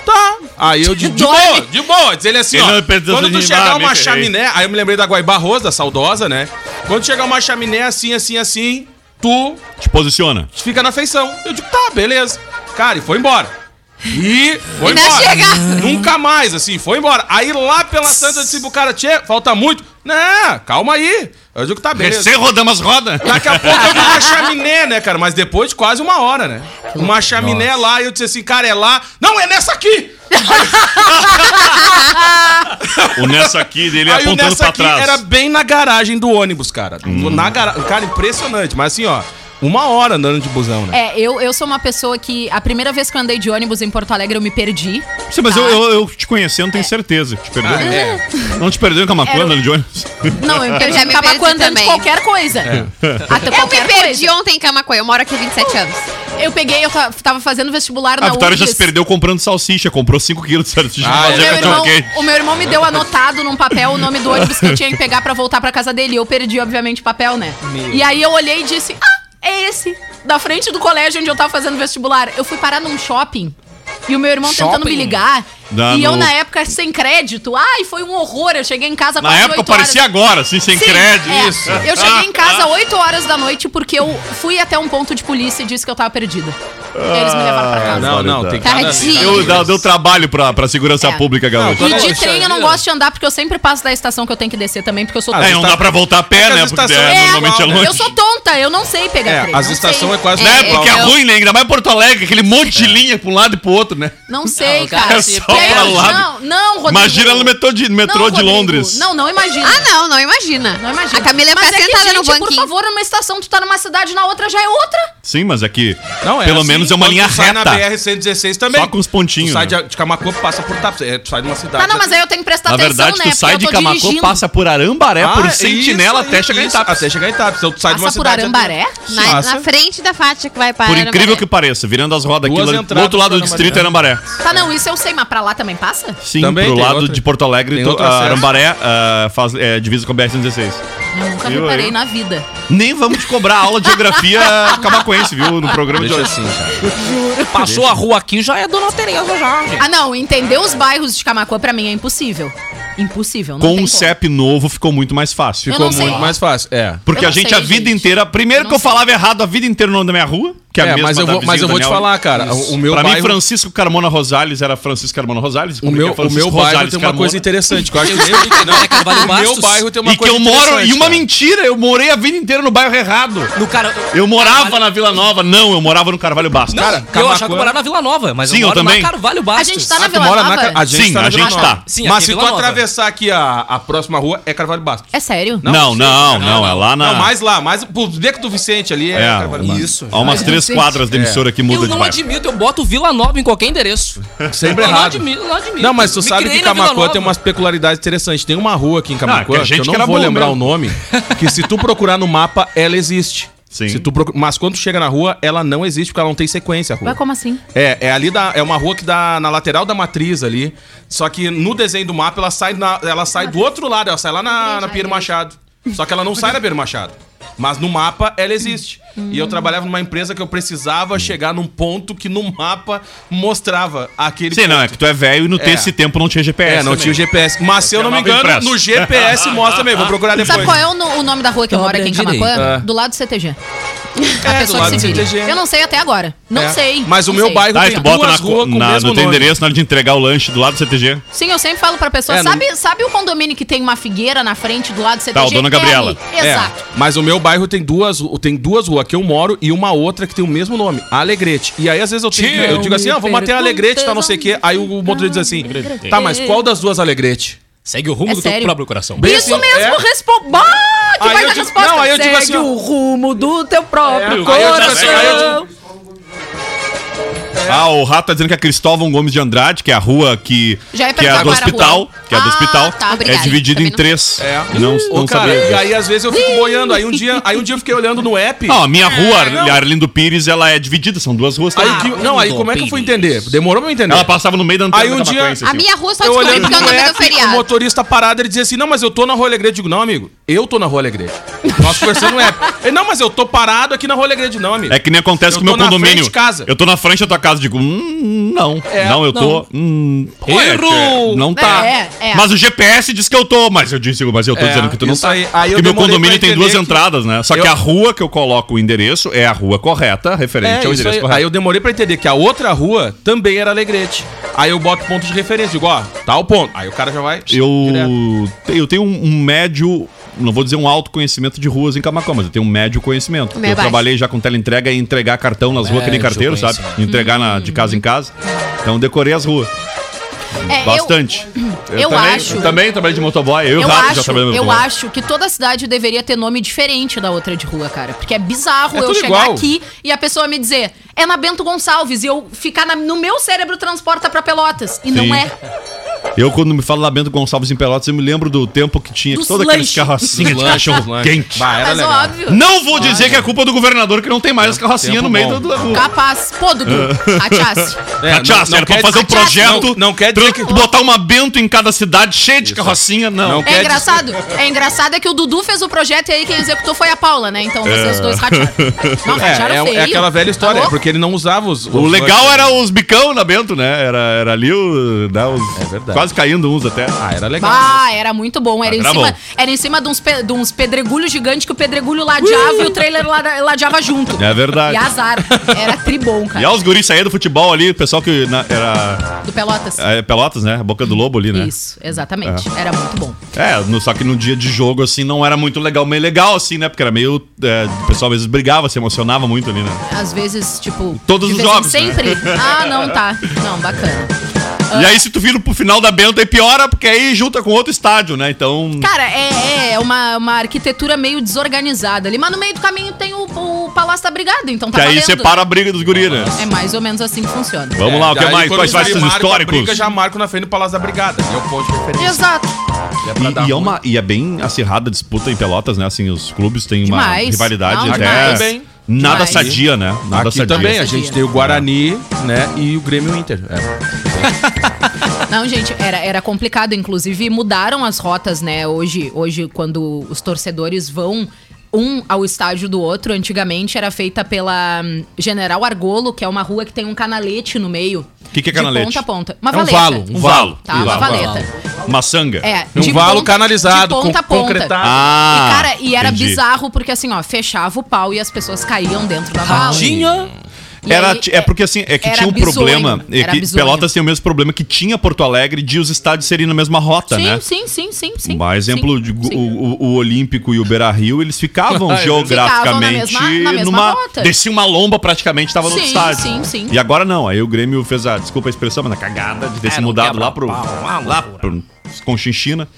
Speaker 5: tá. Aí eu de, de boa, de boa. Diz ele assim,
Speaker 4: Ele
Speaker 5: ó,
Speaker 4: não pensou
Speaker 5: quando tu
Speaker 4: assim,
Speaker 5: chegar
Speaker 4: "Ah, me
Speaker 5: uma
Speaker 4: ferrei."
Speaker 5: chaminé, aí eu me lembrei da Guaibá Rosa, da saudosa, né? Quando chegar uma chaminé assim, assim, assim, tu
Speaker 4: Te posiciona.
Speaker 5: fica na feição. Eu digo, tá, beleza. Cara, e foi embora. E foi
Speaker 6: Ainda
Speaker 5: embora.
Speaker 6: chega.
Speaker 5: Nunca mais, assim, foi embora. Aí lá pela Santa eu disse pro cara, tchê, falta muito. Né, calma aí. Eu digo, tá, beleza.
Speaker 4: Descer rodando as rodas.
Speaker 5: Daqui a pouco eu vi uma chaminé, né, cara? Mas depois de quase uma hora, né? Uma chaminé lá e eu disse assim, cara, é lá. Não, é nessa aqui!
Speaker 4: O Nessa aqui dele
Speaker 5: aí o
Speaker 4: apontando
Speaker 5: nessa
Speaker 4: pra
Speaker 5: aqui
Speaker 4: trás. Hum.
Speaker 5: era bem na garagem do ônibus, cara. Tipo, Na garagem. Cara, impressionante. Mas assim, ó, uma hora andando de busão, né?
Speaker 8: É, eu, eu sou uma pessoa que a primeira vez que eu andei de ônibus em Porto Alegre eu me perdi.
Speaker 4: Sim,
Speaker 8: Tá.
Speaker 4: mas eu, eu, eu te conhecendo, tenho certeza. que Te perdeu.
Speaker 5: Ah, é.
Speaker 4: Não te perdeu em Camacuã,
Speaker 8: É. Era o-
Speaker 4: andando de ônibus?
Speaker 8: Não, eu me perdi
Speaker 6: já
Speaker 8: em
Speaker 6: me
Speaker 8: Camacuã
Speaker 6: perdi
Speaker 8: andando de
Speaker 6: também.
Speaker 8: qualquer coisa.
Speaker 4: É.
Speaker 8: Até
Speaker 6: Eu me
Speaker 8: qualquer
Speaker 6: perdi ontem em Camacoa. Eu moro aqui há 27 anos.
Speaker 8: coisa. Eu peguei, eu ta- tava fazendo vestibular na
Speaker 4: A Vitória já se
Speaker 8: URGS.
Speaker 4: perdeu comprando salsicha. Comprou 5 quilos de salsicha
Speaker 5: Ah,
Speaker 4: pra
Speaker 8: O
Speaker 4: fazer
Speaker 8: meu, irmão,
Speaker 4: cachorro-quente.
Speaker 8: o meu irmão me deu anotado num papel o nome do ônibus que eu tinha que pegar pra voltar pra casa dele. Eu perdi, obviamente, o papel, né? E aí eu olhei e disse: Ah, é esse. Da frente do colégio onde eu tava fazendo vestibular. Eu fui parar num shopping. E o meu irmão tentando me
Speaker 7: Shopping?
Speaker 8: ligar.
Speaker 4: Dá
Speaker 8: e eu,
Speaker 4: no-
Speaker 8: na época, sem crédito. Ai, foi um horror. Eu cheguei em casa
Speaker 4: Na época
Speaker 8: oito horas.
Speaker 4: parecia agora, assim, sem
Speaker 8: Sim,
Speaker 4: crédito.
Speaker 8: é.
Speaker 4: Isso.
Speaker 8: Eu cheguei em casa 8 horas da noite porque eu fui até um ponto de polícia e disse que eu tava perdida. E eles me levaram
Speaker 4: Ah,
Speaker 8: pra casa.
Speaker 5: Não, não, tem cada-
Speaker 6: É. Tadinho.
Speaker 4: Eu, dá- deu trabalho pra, pra segurança
Speaker 8: É.
Speaker 4: pública, gaúcho.
Speaker 5: Não,
Speaker 8: E de
Speaker 5: Poxa
Speaker 8: trem eu não
Speaker 5: vida.
Speaker 8: gosto de andar porque eu sempre passo da estação que eu tenho que descer também, porque eu sou
Speaker 5: Ah,
Speaker 4: É,
Speaker 8: tonta.
Speaker 4: não
Speaker 5: esta-
Speaker 4: dá pra voltar a pé,
Speaker 5: É que
Speaker 4: né?
Speaker 5: as
Speaker 4: Porque
Speaker 5: estações-
Speaker 4: é,
Speaker 5: é,
Speaker 4: normalmente é
Speaker 5: eu
Speaker 4: longe.
Speaker 8: Eu sou tonta, eu não sei pegar
Speaker 5: É,
Speaker 8: trem.
Speaker 5: as
Speaker 8: não
Speaker 5: estações
Speaker 8: sei.
Speaker 5: é quase
Speaker 4: Né?
Speaker 5: tudo
Speaker 4: Porque é
Speaker 5: igual.
Speaker 4: ruim, né? Ainda mais Porto Alegre, aquele monte de linha pra um lado e pro outro, né?
Speaker 8: Não
Speaker 6: É
Speaker 8: sei,
Speaker 6: um
Speaker 7: Não, cara,
Speaker 8: cara.
Speaker 6: assim,
Speaker 7: se
Speaker 8: E
Speaker 7: for
Speaker 8: aí,
Speaker 4: pra lá-
Speaker 8: Não, não, Rodrigo.
Speaker 4: Imagina no metrô de,
Speaker 8: Não,
Speaker 4: metrô de
Speaker 8: Rodrigo,
Speaker 4: Londres.
Speaker 8: Não, não imagina.
Speaker 6: Ah, não, não imagina.
Speaker 8: Não imagina.
Speaker 6: A Camila ia
Speaker 8: Mas
Speaker 6: ficar
Speaker 8: é que,
Speaker 6: sentada no
Speaker 8: gente, Por
Speaker 6: banquinho.
Speaker 8: favor, numa estação, tu tá numa cidade, na outra já é outra.
Speaker 4: Sim, mas aqui,
Speaker 5: Não, é
Speaker 4: pelo
Speaker 5: assim,
Speaker 4: ônibus é uma linha
Speaker 5: sai na
Speaker 4: reta.
Speaker 5: BR-116 também.
Speaker 4: Só com os pontinhos,
Speaker 5: Tu sai
Speaker 4: né?
Speaker 5: de, de Camacuã, passa por Tapes. É, tu sai de uma cidade.
Speaker 8: Tá, não, mas aí eu tenho que prestar
Speaker 4: Na
Speaker 8: atenção,
Speaker 4: verdade,
Speaker 8: né?
Speaker 4: tu sai
Speaker 8: Porque
Speaker 4: de
Speaker 8: eu tô
Speaker 4: Camacô,
Speaker 8: dirigindo.
Speaker 4: passa por Arambaré,
Speaker 5: Ah,
Speaker 4: por
Speaker 5: isso
Speaker 4: Sentinela,
Speaker 5: aí,
Speaker 4: até chegar em
Speaker 5: isso,
Speaker 4: Itapes.
Speaker 5: Até chegar em Itapes. Então tu sai de uma
Speaker 8: Passa por
Speaker 5: cidade...
Speaker 8: Arambaré?
Speaker 4: né?
Speaker 6: Na,
Speaker 5: Nossa.
Speaker 6: na frente da Fátia que vai para
Speaker 4: Por incrível
Speaker 6: Arambaré.
Speaker 4: que pareça, virando as rodas aqui,
Speaker 5: Duas
Speaker 4: lá- do
Speaker 5: entradas
Speaker 4: outro lado do
Speaker 5: pra
Speaker 4: distrito é Arambaré.
Speaker 8: Tá, não, isso eu sei, mas pra lá também passa?
Speaker 4: Sim,
Speaker 5: Também
Speaker 4: pro
Speaker 5: tem
Speaker 4: lado
Speaker 5: outro-
Speaker 4: de Porto Alegre,
Speaker 5: tem
Speaker 4: tu-
Speaker 5: outro
Speaker 4: a
Speaker 5: acesso.
Speaker 4: Arambaré ah, faz, é, divisa com a BR-116.
Speaker 8: Eu nunca
Speaker 4: Viu
Speaker 8: reparei
Speaker 4: aí?
Speaker 8: na vida.
Speaker 4: Nem vamos te cobrar aula de geografia camacuense, viu? No programa de
Speaker 5: Deixa
Speaker 4: hoje.
Speaker 5: assim, cara.
Speaker 7: Passou a rua aqui, já é Dona Tereza já, gente.
Speaker 8: Ah, não, entender os bairros de Camacuã pra mim é impossível. Impossível, não
Speaker 4: Com
Speaker 8: tem
Speaker 4: um CEP novo ficou muito mais fácil.
Speaker 8: Eu
Speaker 4: Ficou
Speaker 8: não sei.
Speaker 4: muito mais.
Speaker 5: Mais fácil, é.
Speaker 4: Porque
Speaker 8: Eu
Speaker 4: a
Speaker 8: não
Speaker 4: gente
Speaker 8: sei,
Speaker 4: a vida
Speaker 8: gente.
Speaker 4: inteira. Primeiro
Speaker 8: Eu
Speaker 4: que eu
Speaker 8: não sei.
Speaker 4: falava errado a vida inteira o nome da minha rua, que é, a
Speaker 5: É,
Speaker 4: mesma
Speaker 5: mas eu
Speaker 4: da
Speaker 5: vou-
Speaker 4: vizinha
Speaker 5: mas eu
Speaker 4: do
Speaker 5: vou te
Speaker 4: Daniel.
Speaker 5: falar, cara, o- o meu
Speaker 4: pra mim,
Speaker 5: bairro-
Speaker 4: Francisco Carmona Rosales era Francisco Carmona Rosales.
Speaker 5: O
Speaker 4: como
Speaker 5: meu,
Speaker 4: que é
Speaker 5: o
Speaker 4: Francisco
Speaker 5: meu bairro
Speaker 4: Rosales
Speaker 5: tem uma
Speaker 4: Carmona?
Speaker 5: coisa interessante. Que eu acho que ele, não,
Speaker 7: É Carvalho
Speaker 5: o meu
Speaker 7: Bastos.
Speaker 5: bairro tem uma
Speaker 4: E que
Speaker 5: coisa
Speaker 4: eu moro. E
Speaker 5: interessante,
Speaker 4: uma
Speaker 5: cara.
Speaker 4: mentira, eu morei a vida inteira no bairro errado.
Speaker 7: No cara...
Speaker 4: Eu morava na Vila Nova. Não, eu morava no Carvalho Bastos.
Speaker 7: Não, eu achava que eu morava na Vila Nova, mas
Speaker 4: Sim, eu
Speaker 7: eu moro
Speaker 4: também.
Speaker 7: na Carvalho
Speaker 8: A
Speaker 7: Bastos.
Speaker 8: gente tá na
Speaker 5: Ah, tu
Speaker 8: Vila
Speaker 5: mora
Speaker 8: Nova?
Speaker 5: na- a gente
Speaker 4: Sim,
Speaker 5: tá na
Speaker 4: a
Speaker 5: Vila
Speaker 4: gente
Speaker 5: Nova.
Speaker 4: tá.
Speaker 7: Sim, aqui
Speaker 5: Mas
Speaker 7: é
Speaker 5: se tu
Speaker 7: Vila Nova.
Speaker 5: atravessar aqui a, a próxima rua, é Carvalho Bastos.
Speaker 8: É sério?
Speaker 4: Não, não, não, é lá na.
Speaker 5: Não, mais lá, mais pro beco do Vicente ali é,
Speaker 4: É,
Speaker 5: Carvalho
Speaker 4: lá.
Speaker 5: Bastos.
Speaker 7: Isso,
Speaker 4: Há umas três quadras da emissora
Speaker 8: É.
Speaker 4: que muda
Speaker 7: Eu
Speaker 4: de
Speaker 7: não
Speaker 4: bairro.
Speaker 7: admito, eu boto Vila Nova em qualquer endereço.
Speaker 5: Sempre
Speaker 7: Eu não
Speaker 5: errado.
Speaker 7: admito, eu não admito.
Speaker 5: Não, mas tu
Speaker 7: Me
Speaker 5: sabe
Speaker 7: criei
Speaker 5: que
Speaker 7: na Vila
Speaker 5: Camacuã
Speaker 7: Nova.
Speaker 5: tem umas peculiridades interessantes. Tem uma rua aqui em
Speaker 4: Ah, que
Speaker 5: Camacuã,
Speaker 4: a
Speaker 5: que,
Speaker 4: gente
Speaker 5: eu
Speaker 4: que era
Speaker 5: não vou
Speaker 4: bom
Speaker 5: lembrar
Speaker 4: mesmo.
Speaker 5: o nome, que se tu procurar no mapa, ela existe.
Speaker 4: Sim.
Speaker 5: Se tu procu- Mas quando tu chega na rua, ela não existe, porque ela não tem sequência a rua.
Speaker 8: Mas como assim?
Speaker 5: É, é ali da, é uma rua que dá na lateral da matriz ali. Só que no desenho do mapa ela sai, na- ela sai do outro lado, ela sai lá na, na
Speaker 8: é
Speaker 5: Pinheiro Machado. Só que ela não sai na Pinheiro Machado. Mas no mapa ela existe. E
Speaker 8: Hum.
Speaker 5: eu trabalhava numa empresa que eu
Speaker 4: Hum.
Speaker 5: precisava chegar num ponto que no mapa mostrava aquele.
Speaker 4: Sim, não, é que tu é velho e no
Speaker 5: É.
Speaker 4: esse tempo não tinha GPS.
Speaker 5: É, não
Speaker 4: também.
Speaker 5: tinha o GPS. Mas se eu não me
Speaker 4: mapa
Speaker 5: engano,
Speaker 4: impresso.
Speaker 5: no GPS mostra mesmo. Vou procurar depois.
Speaker 8: Sabe qual é o, no- o nome da rua que eu
Speaker 7: Então,
Speaker 8: moro aqui em
Speaker 7: aprendi
Speaker 8: Camacuã?
Speaker 5: aí.
Speaker 8: Do lado do CTG.
Speaker 5: É, do
Speaker 8: A pessoa
Speaker 5: lado
Speaker 8: que
Speaker 5: do
Speaker 8: se vire.
Speaker 5: CTG.
Speaker 8: Eu não sei até agora. Não
Speaker 5: É.
Speaker 8: sei.
Speaker 5: Mas o
Speaker 8: não
Speaker 5: meu
Speaker 8: sei.
Speaker 5: bairro
Speaker 4: Tá, e
Speaker 5: tem
Speaker 4: tu bota
Speaker 5: duas
Speaker 4: na,
Speaker 5: ruas com o
Speaker 4: na-
Speaker 5: mesmo
Speaker 4: no teu
Speaker 5: nome.
Speaker 4: endereço na hora de entregar o lanche do lado do CTG.
Speaker 8: Sim, eu sempre falo pra pessoa,
Speaker 5: É, não-
Speaker 8: sabe, sabe o condomínio que tem uma figueira na frente do lado do CTG?
Speaker 4: Tá, o Dona
Speaker 8: É ali.
Speaker 4: Gabriela.
Speaker 5: É,
Speaker 8: Exato.
Speaker 5: mas o meu bairro tem duas, tem duas ruas que eu moro e uma outra que tem o mesmo nome, Alegrete. E aí, às vezes, eu, tenho, que- eu digo assim, ah, vamos até Alegrete, tá não sei o quê. Aí o motorista diz assim, tá, mas qual das duas Alegrete?
Speaker 7: Segue o rumo
Speaker 8: É
Speaker 7: do teu
Speaker 8: sério?
Speaker 7: próprio coração.
Speaker 5: Bem
Speaker 8: Isso
Speaker 5: assim,
Speaker 8: mesmo,
Speaker 5: é.
Speaker 8: responde.
Speaker 7: Ah!
Speaker 8: Bah, que
Speaker 5: Aí
Speaker 8: baita
Speaker 5: eu digo-
Speaker 8: resposta.
Speaker 5: não, aí eu digo
Speaker 8: Segue
Speaker 5: assim, ó.
Speaker 8: o rumo do teu próprio
Speaker 5: Aí eu digo
Speaker 8: coração.
Speaker 5: assim, aí eu É.
Speaker 4: Ah, o Rato tá dizendo que a Cristóvão Gomes de Andrade, que é a rua que,
Speaker 8: Já ia
Speaker 4: que é
Speaker 8: perguntar
Speaker 4: a do
Speaker 8: qual era a
Speaker 4: hospital,
Speaker 8: rua.
Speaker 4: que é a do
Speaker 8: Ah,
Speaker 4: hospital,
Speaker 8: tá,
Speaker 4: é
Speaker 8: obrigada.
Speaker 4: dividida
Speaker 8: Também
Speaker 4: em
Speaker 8: não-
Speaker 4: três.
Speaker 5: É.
Speaker 4: Não,
Speaker 5: Ô,
Speaker 4: não
Speaker 5: cara,
Speaker 4: sabia.
Speaker 5: e aí, às vezes, eu fico boiando. Aí um dia, aí um dia eu fiquei olhando no app.
Speaker 4: Não, a minha rua, Ar- Arlindo Pires, ela é dividida, são duas ruas.
Speaker 5: Ah, aí
Speaker 4: também.
Speaker 5: que- não, aí como é que eu fui entender? Demorou pra eu entender.
Speaker 4: um Ela passava no meio da antena
Speaker 5: Aí um
Speaker 4: da
Speaker 5: dia-
Speaker 4: Camaquense,
Speaker 6: A
Speaker 4: assim.
Speaker 6: minha rua só
Speaker 5: Eu
Speaker 6: descobri
Speaker 5: olhando
Speaker 6: porque é o
Speaker 5: no
Speaker 6: nome do
Speaker 5: app, o
Speaker 6: feriado.
Speaker 5: motorista parado, ele dizia assim, não, mas eu tô na Rua Alegrete. Eu digo, não, amigo, eu tô na Rua Alegrete. Nós conversando no app. Ele, não, mas eu tô parado aqui na Rua Alegrete. Não, amigo.
Speaker 4: É que nem acontece
Speaker 5: Eu
Speaker 4: com o meu
Speaker 5: tô na
Speaker 4: condomínio.
Speaker 5: frente de casa. É,
Speaker 4: Eu tô na frente da tua casa e digo, hum, não. não, eu tô. Hum,
Speaker 7: Erro!
Speaker 4: é, Não tá.
Speaker 8: É, é.
Speaker 4: Mas o GPS diz que eu tô, mas eu disse, mas eu tô
Speaker 5: É,
Speaker 4: dizendo que tu não
Speaker 5: isso
Speaker 4: tá.
Speaker 5: aí. Aí eu
Speaker 4: Porque meu
Speaker 5: demorei
Speaker 4: condomínio
Speaker 5: pra
Speaker 4: tem
Speaker 5: entender
Speaker 4: duas
Speaker 5: que-
Speaker 4: entradas, né? Só que
Speaker 5: Eu-
Speaker 4: a rua que eu coloco o endereço é a rua correta, referente
Speaker 5: É,
Speaker 4: ao
Speaker 5: isso
Speaker 4: endereço
Speaker 5: aí.
Speaker 4: correto.
Speaker 5: aí eu demorei pra entender que a outra rua também era Alegrete. Aí eu boto ponto de referência, digo, ó, tá o ponto. Aí o cara já vai. direto.
Speaker 4: Eu, te- eu tenho um, um médio, não vou dizer um alto conhecimento de ruas em Camacó, mas eu tenho um médio conhecimento.
Speaker 6: O meu é
Speaker 4: Eu
Speaker 6: baixo.
Speaker 4: trabalhei já com teleentrega e entregar cartão nas ruas, que nem
Speaker 7: Médio
Speaker 4: carteiro, sabe?
Speaker 7: conhecimento.
Speaker 4: Entregar na- de casa em casa. Então decorei as ruas.
Speaker 8: É, eu-
Speaker 4: Bastante.
Speaker 8: eu
Speaker 4: também,
Speaker 8: acho-
Speaker 4: Eu também trabalhei de motoboy. Eu, e o
Speaker 8: Eu,
Speaker 4: Rato já
Speaker 8: acho,
Speaker 4: trabalhei de
Speaker 8: eu
Speaker 4: motoboy.
Speaker 8: acho que toda cidade deveria ter nome diferente da outra de rua, cara. Porque é bizarro
Speaker 5: É
Speaker 8: eu
Speaker 5: tudo
Speaker 8: chegar
Speaker 5: igual.
Speaker 8: aqui e a pessoa me dizer é na Bento Gonçalves e eu ficar na- no meu cérebro transporta pra Pelotas. E
Speaker 4: Sim.
Speaker 8: não é.
Speaker 4: Eu, quando me falo lá Bento Gonçalves em Pelotas, eu me lembro do tempo que tinha
Speaker 8: Dos
Speaker 4: todos aqueles
Speaker 8: lanches.
Speaker 4: carrocinhas de cachorro quente.
Speaker 5: Bah, era
Speaker 8: Mas
Speaker 5: legal.
Speaker 8: óbvio.
Speaker 4: Não vou dizer que é culpa do governador que não tem mais as carrocinhas
Speaker 5: tempo
Speaker 4: no meio
Speaker 5: bom.
Speaker 4: do- da rua.
Speaker 8: Capaz. Pô, Dudu. Achasse.
Speaker 5: É,
Speaker 4: Cachaça,
Speaker 5: não- não
Speaker 4: era pra
Speaker 5: quer
Speaker 4: fazer um
Speaker 5: dizer-
Speaker 4: projeto.
Speaker 5: Não, não quer dizer que.
Speaker 4: Botar uma Bento em cada cidade cheia de carrocinha, não.
Speaker 5: Não.
Speaker 8: É
Speaker 5: Quer
Speaker 8: engraçado. É engraçado é que o Dudu fez o projeto e aí quem executou foi a Paula, né? Então vocês dois ratearam. Não, ratearam
Speaker 5: É, é,
Speaker 8: feio.
Speaker 5: é aquela velha história,
Speaker 8: Tá
Speaker 5: é
Speaker 8: louco?
Speaker 5: porque ele não usava os.
Speaker 4: O legal era os bicão na Bento, né? Era, era ali o. né, os-
Speaker 5: É verdade.
Speaker 4: quase caindo uns até.
Speaker 5: Ah, era legal.
Speaker 8: Ah, era muito bom.
Speaker 5: Tá
Speaker 8: Era, em
Speaker 4: Era
Speaker 8: cima,
Speaker 4: bom.
Speaker 8: era em cima de uns, pe- de uns pedregulhos gigantes que o pedregulho ladeava e o trailer lada- ladeava junto.
Speaker 4: É verdade.
Speaker 8: E azar. Era tribom,
Speaker 4: E
Speaker 8: cara.
Speaker 4: olha os guris saindo do futebol ali, o pessoal que na- era.
Speaker 8: Do Pelotas.
Speaker 4: é, Pelotas, né? Boca do Lobo ali, né?
Speaker 8: Isso, exatamente. Era muito bom.
Speaker 4: É, no- só que no dia de jogo, assim, não era muito legal. Meio legal, assim, né? Porque era meio. é, o pessoal às vezes brigava, se emocionava muito ali, né?
Speaker 8: Às vezes, tipo.
Speaker 4: Todos
Speaker 8: de
Speaker 4: os né?
Speaker 8: vez em
Speaker 4: jogos,
Speaker 8: Sempre. Ah, não, tá. Não, bacana.
Speaker 4: E aí, se tu vira pro final da Bento, aí piora, porque aí junta com outro estádio, né? Então.
Speaker 8: Cara, é, é uma, uma arquitetura meio desorganizada ali, mas no meio do caminho tem o, o Palácio da Brigada, então tá
Speaker 4: que aí
Speaker 8: valendo.
Speaker 4: separa a briga dos gurinas.
Speaker 8: É mais ou menos assim que funciona.
Speaker 4: Vamos lá, o que
Speaker 5: É, Aí,
Speaker 4: mais?
Speaker 5: quando
Speaker 4: Quais
Speaker 5: vai
Speaker 4: são os
Speaker 5: marca a
Speaker 4: históricos?
Speaker 5: Briga, já marco na frente do Palácio da Brigada. E é o ponto de referência.
Speaker 8: Exato.
Speaker 5: É pra dar
Speaker 4: E, e é
Speaker 5: ruim.
Speaker 4: uma, e é bem acirrada a disputa em Pelotas, né? Assim, os clubes têm uma
Speaker 8: Demais.
Speaker 4: rivalidade
Speaker 8: Não,
Speaker 4: até.
Speaker 8: demais.
Speaker 5: Também.
Speaker 4: Nada
Speaker 8: Demais.
Speaker 4: sadia, né? Nada
Speaker 5: Aqui
Speaker 4: sadia.
Speaker 5: também, a
Speaker 8: Sadia.
Speaker 5: gente tem o Guarani, né? E o Grêmio Inter. É.
Speaker 8: Não, gente, era, era complicado. Inclusive, mudaram as rotas, né? Hoje, hoje, quando os torcedores vão um ao estádio do outro, antigamente era feita pela hum, General Argolo, que é uma rua que tem um canalete no meio. O
Speaker 4: Que que é canalete?
Speaker 8: De ponta a ponta. Uma
Speaker 5: É um
Speaker 8: valeta.
Speaker 5: valo,
Speaker 4: Um valo.
Speaker 8: Tá, uma
Speaker 4: Um
Speaker 8: valeta.
Speaker 4: Uma sanga.
Speaker 8: É,
Speaker 5: Um
Speaker 8: de
Speaker 5: valo
Speaker 8: ponta-
Speaker 5: canalizado,
Speaker 8: de ponta a
Speaker 5: con-
Speaker 8: ponta.
Speaker 5: concretado.
Speaker 4: Ah,
Speaker 8: e, cara, e era
Speaker 4: entendi.
Speaker 8: bizarro porque assim, ó, fechava o pau e as pessoas caíam dentro da vala.
Speaker 7: Tinha.
Speaker 8: E
Speaker 4: Era,
Speaker 8: aí,
Speaker 4: ti- é porque assim, é que
Speaker 8: era
Speaker 4: tinha um
Speaker 8: bizonho,
Speaker 4: problema. É
Speaker 8: era
Speaker 4: que
Speaker 8: bizonho.
Speaker 4: Pelotas tem o mesmo problema que tinha Porto Alegre de os estádios serem na mesma rota,
Speaker 8: Sim,
Speaker 4: né?
Speaker 8: sim, sim, sim, sim.
Speaker 4: Um exemplo,
Speaker 8: sim,
Speaker 4: de,
Speaker 8: sim.
Speaker 4: O, o- o Olímpico e o Beira Rio, eles ficavam geograficamente
Speaker 8: Ficavam na mesma- na mesma
Speaker 4: numa.
Speaker 8: rota.
Speaker 4: Descia uma lomba praticamente, estava no
Speaker 8: Sim,
Speaker 4: estádio.
Speaker 8: sim, sim.
Speaker 4: E agora não. Aí o Grêmio fez a, desculpa a expressão, mas na cagada de ter
Speaker 8: um
Speaker 4: se mudado lá pro. Lá pro Conchinchina.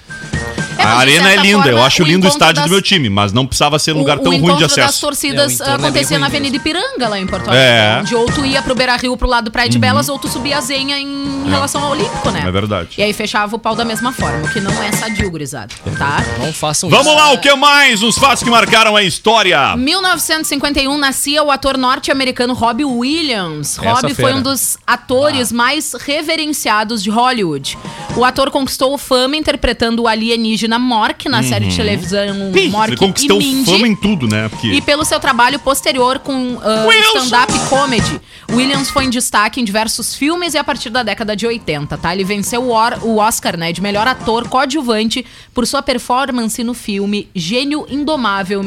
Speaker 8: É, mas
Speaker 4: a
Speaker 8: de
Speaker 4: arena é
Speaker 8: certa
Speaker 4: linda, eu
Speaker 8: forma,
Speaker 4: acho
Speaker 8: o
Speaker 4: lindo o
Speaker 8: encontro
Speaker 4: estádio
Speaker 8: das-
Speaker 4: do meu time, mas não precisava ser um lugar
Speaker 8: O-
Speaker 4: tão
Speaker 8: o
Speaker 4: ruim de
Speaker 8: encontro das
Speaker 4: acesso.
Speaker 8: torcidas
Speaker 7: É, o entorno é
Speaker 8: acontecia
Speaker 7: bem
Speaker 8: na
Speaker 7: ruim
Speaker 8: Avenida Ipiranga, lá em
Speaker 4: É.
Speaker 8: Porto
Speaker 4: Uhum.
Speaker 8: Alegre. Onde ou tu ia pro Beira Rio, pro lado do Praia de Belas, ou tu subia a zenha em relação ao Olímpico, né?
Speaker 4: É verdade.
Speaker 8: E aí fechava o pau da mesma forma, o que não é sadio, gurizada, tá?
Speaker 7: Não façam
Speaker 4: Vamos
Speaker 7: isso.
Speaker 4: lá, o que mais? Os fatos que marcaram a história.
Speaker 8: 1951 nascia o ator norte-americano Robbie Williams.
Speaker 5: Essa
Speaker 8: Robbie foi
Speaker 5: fera.
Speaker 8: um dos
Speaker 4: Ah.
Speaker 8: atores mais reverenciados de Hollywood. O ator conquistou fama interpretando o alienígena Mork na série de televisão Mork
Speaker 4: Uhum. Ele conquistou
Speaker 8: e Mindy.
Speaker 4: fama em tudo, né? Porque...
Speaker 8: E pelo seu trabalho posterior com ah,
Speaker 4: Wilson!
Speaker 8: stand-up comedy. Williams foi em destaque em diversos filmes e a partir da década de 80, tá? Ele venceu o, or- o Oscar, né, de melhor ator coadjuvante por sua performance no filme Gênio Indomável,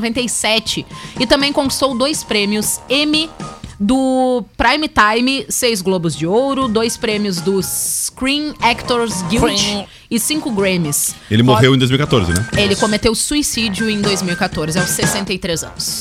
Speaker 8: 1997. E também conquistou dois prêmios Emmy do Prime Time, seis Globos de Ouro, dois prêmios do Screen Actors Guild e cinco Grammys.
Speaker 4: Ele morreu em 2014, né?
Speaker 8: Ele cometeu suicídio em 2014, aos 63 anos.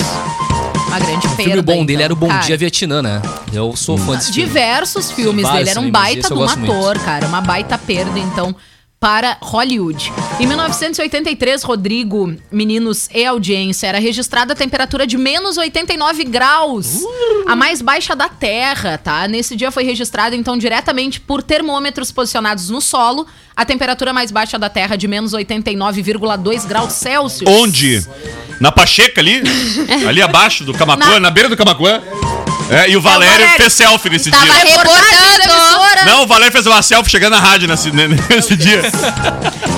Speaker 8: Uma grande
Speaker 7: O
Speaker 8: perda.
Speaker 7: filme bom dele
Speaker 8: então,
Speaker 7: era o Bom
Speaker 8: cara.
Speaker 7: Dia Vietnã, né? Eu sou fã desse filme.
Speaker 8: Diversos filmes
Speaker 7: Vários
Speaker 8: dele. Era um
Speaker 7: filmes,
Speaker 8: baita
Speaker 7: esse
Speaker 8: de
Speaker 7: eu
Speaker 8: um
Speaker 7: gosto muito.
Speaker 8: ator, cara. Uma baita perda, então, para Hollywood. Em 1983, Rodrigo, meninos e audiência, era registrada a temperatura de menos 89 graus.
Speaker 7: Uh!
Speaker 8: A mais baixa da Terra, tá? Nesse dia foi registrada, então, diretamente por termômetros posicionados no solo, a temperatura mais baixa da Terra de menos 89,2 graus Celsius.
Speaker 4: Onde? Na Pacheca ali? ali abaixo do Camacuã, na,
Speaker 8: Na-
Speaker 4: beira do Camacuã. É, e o Valério,
Speaker 8: Valério.
Speaker 4: fez selfie nesse
Speaker 6: Tava
Speaker 4: dia.
Speaker 6: reportando.
Speaker 4: Não, o Valério fez uma selfie chegando na rádio nesse, nesse dia.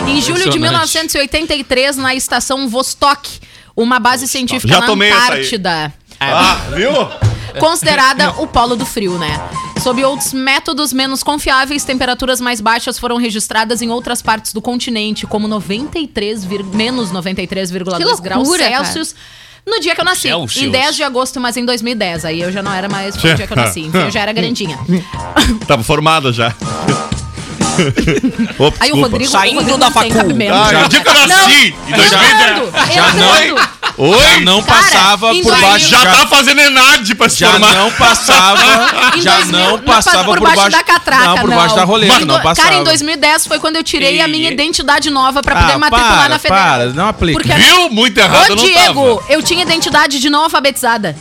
Speaker 8: Em julho de
Speaker 5: Impressionante.
Speaker 8: 1983, na estação Vostok, uma base científica
Speaker 4: Já
Speaker 8: na
Speaker 4: tomei essa aí.
Speaker 8: Antártida,
Speaker 4: Ah, viu?
Speaker 8: considerada o polo do frio, né? Sob outros métodos menos confiáveis, temperaturas mais baixas foram registradas em outras partes do continente, como 93, vir- menos
Speaker 6: Que
Speaker 8: 93,2
Speaker 6: loucura,
Speaker 8: graus
Speaker 6: cara.
Speaker 8: Celsius. No dia que eu nasci, em
Speaker 7: Celsius.
Speaker 8: 10 de agosto, mas em 2010. Aí eu já não era mais. Foi o dia que eu nasci, enfim, eu já era grandinha.
Speaker 4: Hum, Tava formada já. Opa,
Speaker 8: Aí o
Speaker 4: desculpa.
Speaker 8: Rodrigo.
Speaker 7: Saindo
Speaker 8: o Rodrigo
Speaker 7: da
Speaker 8: tem
Speaker 7: facu.
Speaker 8: cabimento.
Speaker 4: Ah,
Speaker 5: Já-
Speaker 4: no dia que eu nasci, em 2010.
Speaker 8: Entrando,
Speaker 5: Já
Speaker 8: entrando.
Speaker 4: é?
Speaker 5: não, já
Speaker 4: Oi?
Speaker 5: não
Speaker 8: Cara,
Speaker 5: passava
Speaker 8: em
Speaker 5: por
Speaker 8: dois
Speaker 5: baixo.
Speaker 8: mil-
Speaker 4: já tá fazendo Enad pra se
Speaker 5: já
Speaker 4: formar.
Speaker 5: não passava.
Speaker 8: Em
Speaker 5: já
Speaker 8: 2000,
Speaker 5: não passava por baixo,
Speaker 8: da catraca,
Speaker 5: Não, por baixo da roleta,
Speaker 8: Em
Speaker 5: não
Speaker 8: do-
Speaker 5: passava.
Speaker 8: é- Cara, em 2010 foi quando eu tirei a minha
Speaker 5: Ei,
Speaker 8: identidade nova pra poder
Speaker 5: Ah,
Speaker 8: matricular
Speaker 5: para,
Speaker 8: na federal.
Speaker 5: para, um não aplica.
Speaker 8: Porque né,
Speaker 4: Viu? Muito errado,
Speaker 8: Ô,
Speaker 4: eu não
Speaker 8: Diego,
Speaker 4: tava.
Speaker 8: eu tinha identidade de não alfabetizada.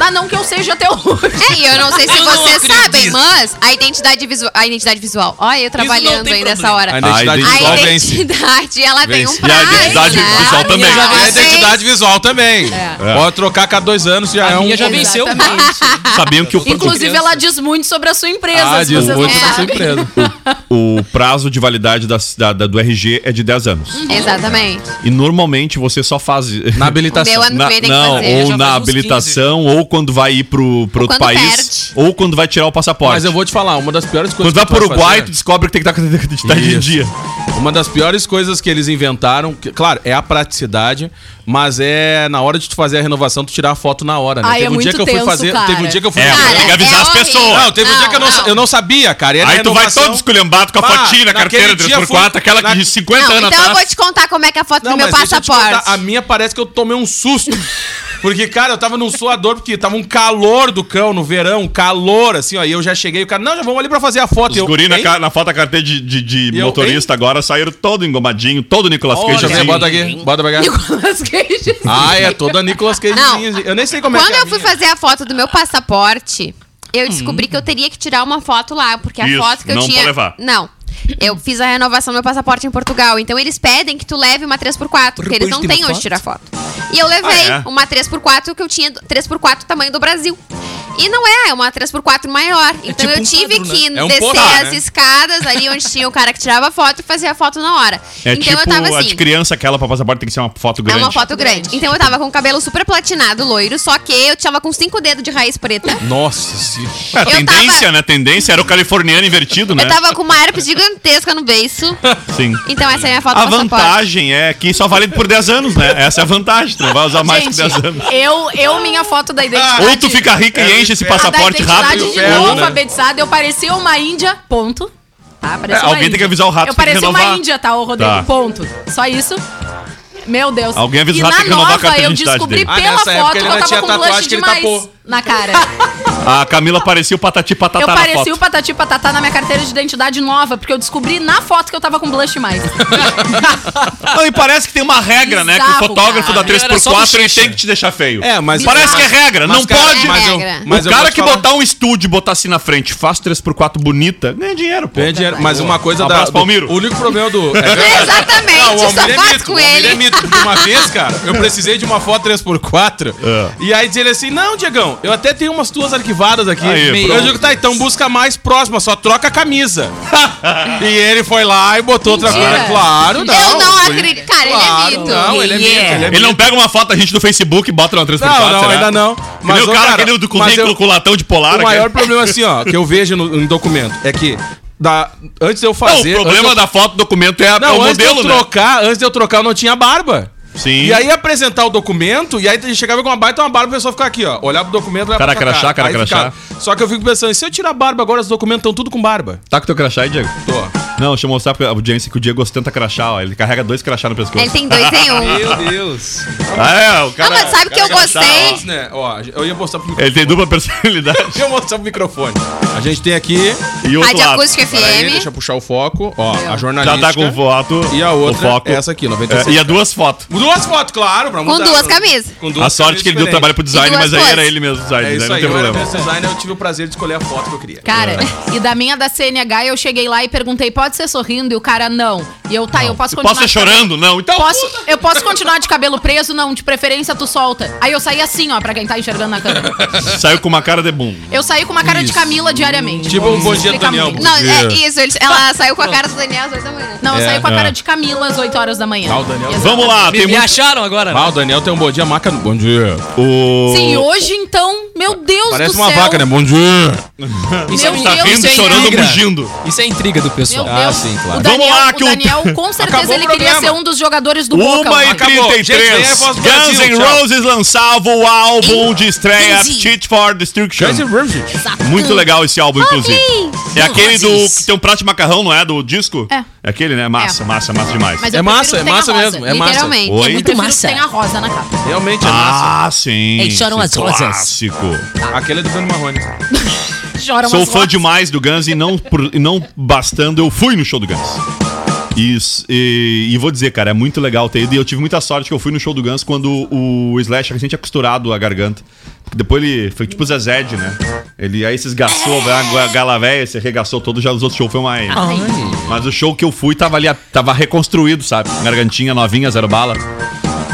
Speaker 8: Ah, não que eu seja até hoje.
Speaker 6: É, e eu não sei se
Speaker 7: Eu não
Speaker 6: vocês
Speaker 7: acredito.
Speaker 6: sabem, mas a identidade visual. A identidade visual. Olha, eu trabalhando
Speaker 7: tem
Speaker 6: aí nessa
Speaker 7: problema.
Speaker 6: hora.
Speaker 5: A identidade
Speaker 4: A
Speaker 5: visual
Speaker 6: A
Speaker 5: vence.
Speaker 6: identidade, ela tem um
Speaker 5: Vence.
Speaker 4: E a
Speaker 6: prazo,
Speaker 4: identidade
Speaker 6: né?
Speaker 4: visual
Speaker 6: Olha,
Speaker 4: também.
Speaker 5: E a
Speaker 6: vocês-
Speaker 5: identidade visual também. É. Pode trocar cada dois anos, já
Speaker 7: A
Speaker 5: é um.
Speaker 7: minha já venceu.
Speaker 8: Exatamente.
Speaker 4: Sabiam que o,
Speaker 8: Inclusive, ela diz muito sobre a sua empresa.
Speaker 5: Ah,
Speaker 8: se
Speaker 5: diz
Speaker 8: vocês
Speaker 5: muito
Speaker 8: não
Speaker 5: pra sua
Speaker 8: sabem.
Speaker 5: empresa.
Speaker 4: o prazo de validade da, da- da- do RG é de 10 anos.
Speaker 6: Exatamente.
Speaker 4: E normalmente você só faz.
Speaker 5: Na
Speaker 6: O meu
Speaker 5: habilitação.
Speaker 6: ano
Speaker 4: Na-
Speaker 6: que vem tem que
Speaker 4: não,
Speaker 6: fazer.
Speaker 4: ou
Speaker 7: já
Speaker 4: na
Speaker 7: faz uns
Speaker 4: habilitação, ou quando vai ir pro, pro outro
Speaker 6: quando
Speaker 4: país,
Speaker 6: perde.
Speaker 4: ou quando vai tirar o passaporte.
Speaker 5: Mas eu vou te falar, uma das piores coisas
Speaker 4: Quando vai
Speaker 5: que tu
Speaker 4: pro
Speaker 5: vai
Speaker 4: Uruguai,
Speaker 5: fazer-
Speaker 4: tu descobre que tem que estar com a identidade em
Speaker 5: Isso.
Speaker 4: dia.
Speaker 5: Uma das piores coisas que eles inventaram, que, claro, é a praticidade, mas é na hora de tu fazer a renovação, tu tirar a foto na hora, né? um
Speaker 8: Ai, é
Speaker 5: dia
Speaker 8: muito
Speaker 5: que eu fui
Speaker 8: tenso,
Speaker 5: fazer. Teve um
Speaker 8: cara.
Speaker 5: dia que eu fui
Speaker 4: É,
Speaker 6: Cara,
Speaker 4: tem que avisar
Speaker 6: é
Speaker 4: as
Speaker 6: horrível.
Speaker 4: pessoas.
Speaker 5: Não, teve um dia que eu não, sa- eu não sabia, cara. e era
Speaker 4: Aí tu vai
Speaker 5: renovação.
Speaker 4: todo esculhambado com a
Speaker 5: Bah,
Speaker 4: fotinha na carteira
Speaker 5: naquele dia
Speaker 4: 3x4,
Speaker 5: fui-
Speaker 4: aquela que
Speaker 5: na-
Speaker 4: de 50
Speaker 6: Não,
Speaker 4: anos
Speaker 6: então eu vou
Speaker 4: atrás.
Speaker 6: te contar como é que é a foto
Speaker 5: Não,
Speaker 6: do meu
Speaker 5: mas deixa eu te
Speaker 6: passaporte.
Speaker 5: contar, a minha parece que eu tomei um susto. Porque, cara, eu tava num suador, porque tava um calor do cão no verão, um calor, assim, ó. E eu já cheguei, o cara, não, já vamos ali pra fazer a foto.
Speaker 4: Os
Speaker 5: eu,
Speaker 4: guri na,
Speaker 5: hein?
Speaker 4: ca- na foto da carteira de, de- de
Speaker 5: E eu,
Speaker 4: motorista agora saíram todo engomadinho, todo Nicolas
Speaker 5: Olha,
Speaker 4: Cage assim.
Speaker 5: bota aqui, bota pra cá.
Speaker 8: Nicolas Cage.
Speaker 5: Ah, é toda Nicolas
Speaker 6: Não.
Speaker 5: Cagezinha. Eu nem sei como é
Speaker 6: Quando
Speaker 5: que é.
Speaker 6: eu fui fazer a foto do meu passaporte, eu descobri que eu teria que tirar uma foto lá, porque a
Speaker 4: Hum. Isso,
Speaker 6: foto que eu
Speaker 4: não
Speaker 6: tinha.
Speaker 4: pra levar.
Speaker 6: Não. Eu fiz a renovação do meu passaporte em Portugal. Então eles pedem que tu leve uma 3x4, porque eles não
Speaker 7: tem uma
Speaker 6: têm onde
Speaker 7: foto?
Speaker 6: tirar foto. E eu levei
Speaker 4: Ah, é?
Speaker 6: uma 3x4 que eu tinha 3x4 tamanho do Brasil. E não é, é uma 3x4 maior. Então
Speaker 7: tipo
Speaker 6: eu
Speaker 7: um
Speaker 6: tive
Speaker 7: quadro,
Speaker 6: que
Speaker 5: né? É um
Speaker 6: descer
Speaker 5: porá,
Speaker 6: as
Speaker 5: né?
Speaker 6: escadas ali onde tinha o cara que tirava foto e fazia a foto na hora.
Speaker 4: É
Speaker 6: então
Speaker 4: tipo
Speaker 6: eu tava assim.
Speaker 4: a de criança, aquela pra passaporte tem que ser uma foto grande.
Speaker 6: É uma foto grande. Então eu tava com o cabelo super platinado, loiro, só que eu tava com cinco dedos de raiz preta.
Speaker 4: Né?
Speaker 5: Nossa senhora.
Speaker 4: É,
Speaker 6: Eu
Speaker 4: tendência,
Speaker 6: tava-
Speaker 4: né? Tendência era o californiano invertido, né?
Speaker 6: Eu tava com uma herpes gigantesca no beiço.
Speaker 4: Sim.
Speaker 6: Então essa é a minha foto
Speaker 4: A
Speaker 6: do passaporte.
Speaker 4: vantagem é que só vale por 10 anos, né? Essa é a vantagem, tu não vai usar mais que
Speaker 8: Gente,
Speaker 4: 10 anos.
Speaker 8: eu, eu, minha foto da identidade.
Speaker 4: Ou tu fica rica e enche esse
Speaker 8: a
Speaker 4: passaporte
Speaker 8: da identidade
Speaker 4: rápido.
Speaker 8: de
Speaker 5: ferro,
Speaker 8: novo,
Speaker 5: né?
Speaker 8: alfabetizada, eu parecia uma índia, ponto. Tá, parecia
Speaker 4: É,
Speaker 8: uma
Speaker 4: alguém
Speaker 8: índia.
Speaker 4: tem que avisar o rato,
Speaker 8: Eu
Speaker 4: tem que
Speaker 8: parecia uma
Speaker 4: renovar.
Speaker 8: índia, tá, ô Rodrigo,
Speaker 4: Tá.
Speaker 8: ponto. Só isso. Meu Deus.
Speaker 4: Alguém avisa
Speaker 8: e
Speaker 4: o rato,
Speaker 8: na
Speaker 4: tem que renovar a
Speaker 8: nova
Speaker 4: carta de
Speaker 8: eu
Speaker 4: identidade
Speaker 8: descobri
Speaker 4: dele.
Speaker 5: Ah,
Speaker 8: pela
Speaker 5: nessa época
Speaker 8: foto que
Speaker 5: ele
Speaker 8: eu
Speaker 5: ainda
Speaker 8: tava
Speaker 5: tinha
Speaker 8: com um blush
Speaker 5: tatuagem que ele
Speaker 8: demais
Speaker 5: tapou.
Speaker 8: na cara.
Speaker 4: A Camila parecia o patati
Speaker 5: Tá,
Speaker 4: patatá
Speaker 8: eu
Speaker 4: na
Speaker 8: parecia o
Speaker 4: foto.
Speaker 8: patati patatá na minha carteira de identidade nova, porque eu descobri na foto que eu tava com blush demais.
Speaker 4: Não, e parece que tem uma regra, né? Que o
Speaker 8: Bizarro,
Speaker 4: fotógrafo
Speaker 8: cara.
Speaker 4: da
Speaker 7: Era só
Speaker 4: 3x4 ele
Speaker 7: bochecha.
Speaker 4: tem que te deixar feio.
Speaker 5: É, mas-
Speaker 4: Parece que é regra,
Speaker 5: Mas,
Speaker 4: não
Speaker 5: cara,
Speaker 4: pode.
Speaker 5: Mas eu,
Speaker 6: regra.
Speaker 5: mas
Speaker 4: o
Speaker 5: eu
Speaker 4: cara
Speaker 5: vou te
Speaker 4: que
Speaker 5: falar.
Speaker 4: botar um estúdio e botar assim na frente, faz 3x4 bonita, ganha dinheiro, pô.
Speaker 5: Ganha dinheiro, mas uma coisa da.
Speaker 4: Abraço,
Speaker 5: do-
Speaker 4: Palmiro.
Speaker 5: O único problema do. é verdade.
Speaker 6: Exatamente,
Speaker 5: Não, o
Speaker 6: só
Speaker 5: Almir é
Speaker 6: faz
Speaker 5: mito,
Speaker 6: com
Speaker 5: o Almir
Speaker 6: ele.
Speaker 5: é mito, porque uma vez, cara, eu precisei de uma foto 3x4.
Speaker 4: É.
Speaker 5: E aí diz ele assim: Não, Diegão, eu até tenho umas tuas arquivadas aqui.
Speaker 4: Aí,
Speaker 5: eu
Speaker 4: pronto.
Speaker 5: digo, tá, então busca mais próxima, só troca a camisa. e ele foi lá e botou outra
Speaker 8: Mentira.
Speaker 5: coisa. Claro, não.
Speaker 6: eu não
Speaker 5: foi-
Speaker 6: acredito. Cara, ele é mito.
Speaker 5: Não, ele é mito.
Speaker 8: Yeah.
Speaker 5: Ele é
Speaker 4: Ele não pega uma foto da gente do Facebook e bota na 3x4,
Speaker 5: Não, não,
Speaker 4: será?
Speaker 5: ainda não.
Speaker 4: Mas o
Speaker 5: ô,
Speaker 4: cara, aquele do
Speaker 5: mas eu-
Speaker 4: currículo com latão de polar.
Speaker 5: o maior problema, assim, ó, que eu vejo no, em documento é que da, antes de eu
Speaker 4: Não,
Speaker 5: fazer.
Speaker 4: o problema
Speaker 5: antes
Speaker 4: da foto do documento é, a-
Speaker 5: eu, não,
Speaker 4: é o
Speaker 5: antes de eu
Speaker 4: modelo, né?
Speaker 5: trocar, antes de eu trocar, eu não tinha barba.
Speaker 4: Sim.
Speaker 5: E aí apresentar o documento, e aí a gente chegava com uma baita uma barba, a pessoa ficava aqui, ó. Olhar pro documento, olhar
Speaker 4: Cara
Speaker 5: pra tua
Speaker 4: crachá, cara
Speaker 5: Aí
Speaker 4: crachá.
Speaker 5: ficava. Só que eu fico pensando, e se eu tirar a barba agora, os documentos estão tudo com barba.
Speaker 4: Tá com teu crachá aí, Diego?
Speaker 5: Tô.
Speaker 4: Não, deixa eu mostrar pra audiência que o Diego ostenta crachá, ó. Ele carrega dois crachá no pescoço.
Speaker 6: Ele tem dois em um.
Speaker 5: Meu Deus.
Speaker 4: Ah, é, o cara... é-
Speaker 6: Não, mas sabe que eu gostei?
Speaker 5: né? Ó, eu ia mostrar pro microfone.
Speaker 4: Ele tem dupla personalidade.
Speaker 5: Deixa eu mostrar pro microfone. A gente tem aqui.
Speaker 4: E outro
Speaker 6: Rádio
Speaker 4: lado.
Speaker 6: Acústica
Speaker 5: Peraí, deixa
Speaker 6: FM.
Speaker 5: eu puxar o foco. Ó, a
Speaker 4: Já
Speaker 5: jornalista.
Speaker 4: tá com foto.
Speaker 5: E a outra
Speaker 4: o foco.
Speaker 5: é essa aqui, 96.
Speaker 4: É, e a duas fotos.
Speaker 5: Duas fotos, claro, pra
Speaker 6: Com
Speaker 5: mudar.
Speaker 6: duas camisas.
Speaker 5: Com duas
Speaker 4: A sorte que ele deu
Speaker 5: camisas
Speaker 4: trabalho pro
Speaker 6: E
Speaker 4: design,
Speaker 6: duas
Speaker 4: mas aí era
Speaker 6: cores.
Speaker 4: ele mesmo, design.
Speaker 5: É
Speaker 4: né?
Speaker 5: isso
Speaker 4: não
Speaker 5: aí,
Speaker 4: tem
Speaker 5: eu era
Speaker 4: problema.
Speaker 5: mesmo designer, eu tive o prazer de escolher a foto que eu queria.
Speaker 8: Cara,
Speaker 5: É.
Speaker 8: e da minha da CNH eu cheguei lá e perguntei, pode ser sorrindo? E o cara, não. E eu, tá, eu posso continuar.
Speaker 4: Posso ser
Speaker 8: de cabelo-
Speaker 4: chorando? Não. Então.
Speaker 8: Posso, eu posso continuar de cabelo preso? Não, de preferência tu solta. Aí eu saí assim, ó, pra quem tá enxergando na câmera.
Speaker 4: Saiu com uma cara de bum.
Speaker 8: Eu saí com uma cara de Camila diariamente.
Speaker 5: Tipo
Speaker 8: Vou
Speaker 5: um bom dia,
Speaker 8: explicar
Speaker 5: Daniel.
Speaker 8: muito.
Speaker 6: Não, é isso. ele- ela saiu com a cara do Daniel às oito da manhã.
Speaker 8: Não, eu
Speaker 5: É,
Speaker 8: saí com a
Speaker 4: é.
Speaker 8: cara de Camila às 8 horas da manhã.
Speaker 5: Ah, o Daniel-
Speaker 8: Exato.
Speaker 4: Vamos lá,
Speaker 7: Me,
Speaker 4: tem
Speaker 7: me
Speaker 4: muito...
Speaker 7: acharam agora. né?
Speaker 5: Ah, o Daniel tem um bom dia, maca. Bom dia.
Speaker 4: O...
Speaker 8: Sim, hoje então, meu Deus
Speaker 5: Parece
Speaker 8: do
Speaker 5: uma
Speaker 8: céu.
Speaker 5: vaca, né? Bom dia.
Speaker 8: Meu
Speaker 7: é
Speaker 8: Deus,
Speaker 4: Tá rindo,
Speaker 8: gente.
Speaker 4: chorando,
Speaker 7: intriga.
Speaker 4: mugindo.
Speaker 7: Isso é intriga do
Speaker 8: Meu
Speaker 7: pessoal.
Speaker 8: Deus.
Speaker 5: Ah, sim, claro.
Speaker 8: O Daniel,
Speaker 4: Vamos lá, que
Speaker 8: o
Speaker 4: o-
Speaker 8: Daniel com certeza
Speaker 5: Acabou
Speaker 8: ele
Speaker 5: o
Speaker 8: queria
Speaker 5: programa.
Speaker 8: ser um dos jogadores do Boca.
Speaker 4: Uma e
Speaker 8: mano.
Speaker 5: Acabou. Gente, vem a
Speaker 4: 33.
Speaker 5: voz do
Speaker 4: Guns
Speaker 5: Brasil,
Speaker 4: N'
Speaker 5: tchau.
Speaker 4: Roses lançava o álbum de estreia
Speaker 6: Guns N'
Speaker 4: Cheat for Destruction. Muito legal esse álbum, inclusive. É aquele do
Speaker 7: Roses.
Speaker 4: que tem um prato de macarrão, não é? Do disco?
Speaker 8: É.
Speaker 4: aquele, né? Massa,
Speaker 8: É.
Speaker 4: massa, massa demais.
Speaker 8: Mas
Speaker 5: É
Speaker 8: eu prefiro
Speaker 5: massa,
Speaker 8: que
Speaker 5: é
Speaker 8: tenha
Speaker 5: massa
Speaker 8: rosa,
Speaker 5: mesmo, é massa.
Speaker 6: Literalmente.
Speaker 4: Oi?
Speaker 8: Eu prefiro
Speaker 7: massa.
Speaker 8: Que tem a rosa na capa.
Speaker 5: Realmente é massa.
Speaker 4: Ah, sim.
Speaker 7: Eles choram
Speaker 4: esse
Speaker 7: as rosas.
Speaker 4: Clássico.
Speaker 5: Aquele é do Bruno Marrone.
Speaker 8: Chora
Speaker 4: Ah, Sou
Speaker 8: umas
Speaker 4: fã
Speaker 8: rosas.
Speaker 4: demais do Guns e não, por- e não bastando, eu fui no show do Guns. Isso, e, e vou dizer, cara, é muito legal ter ido. E eu tive muita sorte que eu fui no show do Guns quando o Slash recente tinha costurado a garganta. Porque depois ele foi tipo o Zezed, né? Ele aí se esgaçou, a gala velha, se arregaçou todo, já os outros shows foi uma. Mas o show que eu fui tava ali, tava reconstruído, sabe? Gargantinha novinha, zero bala.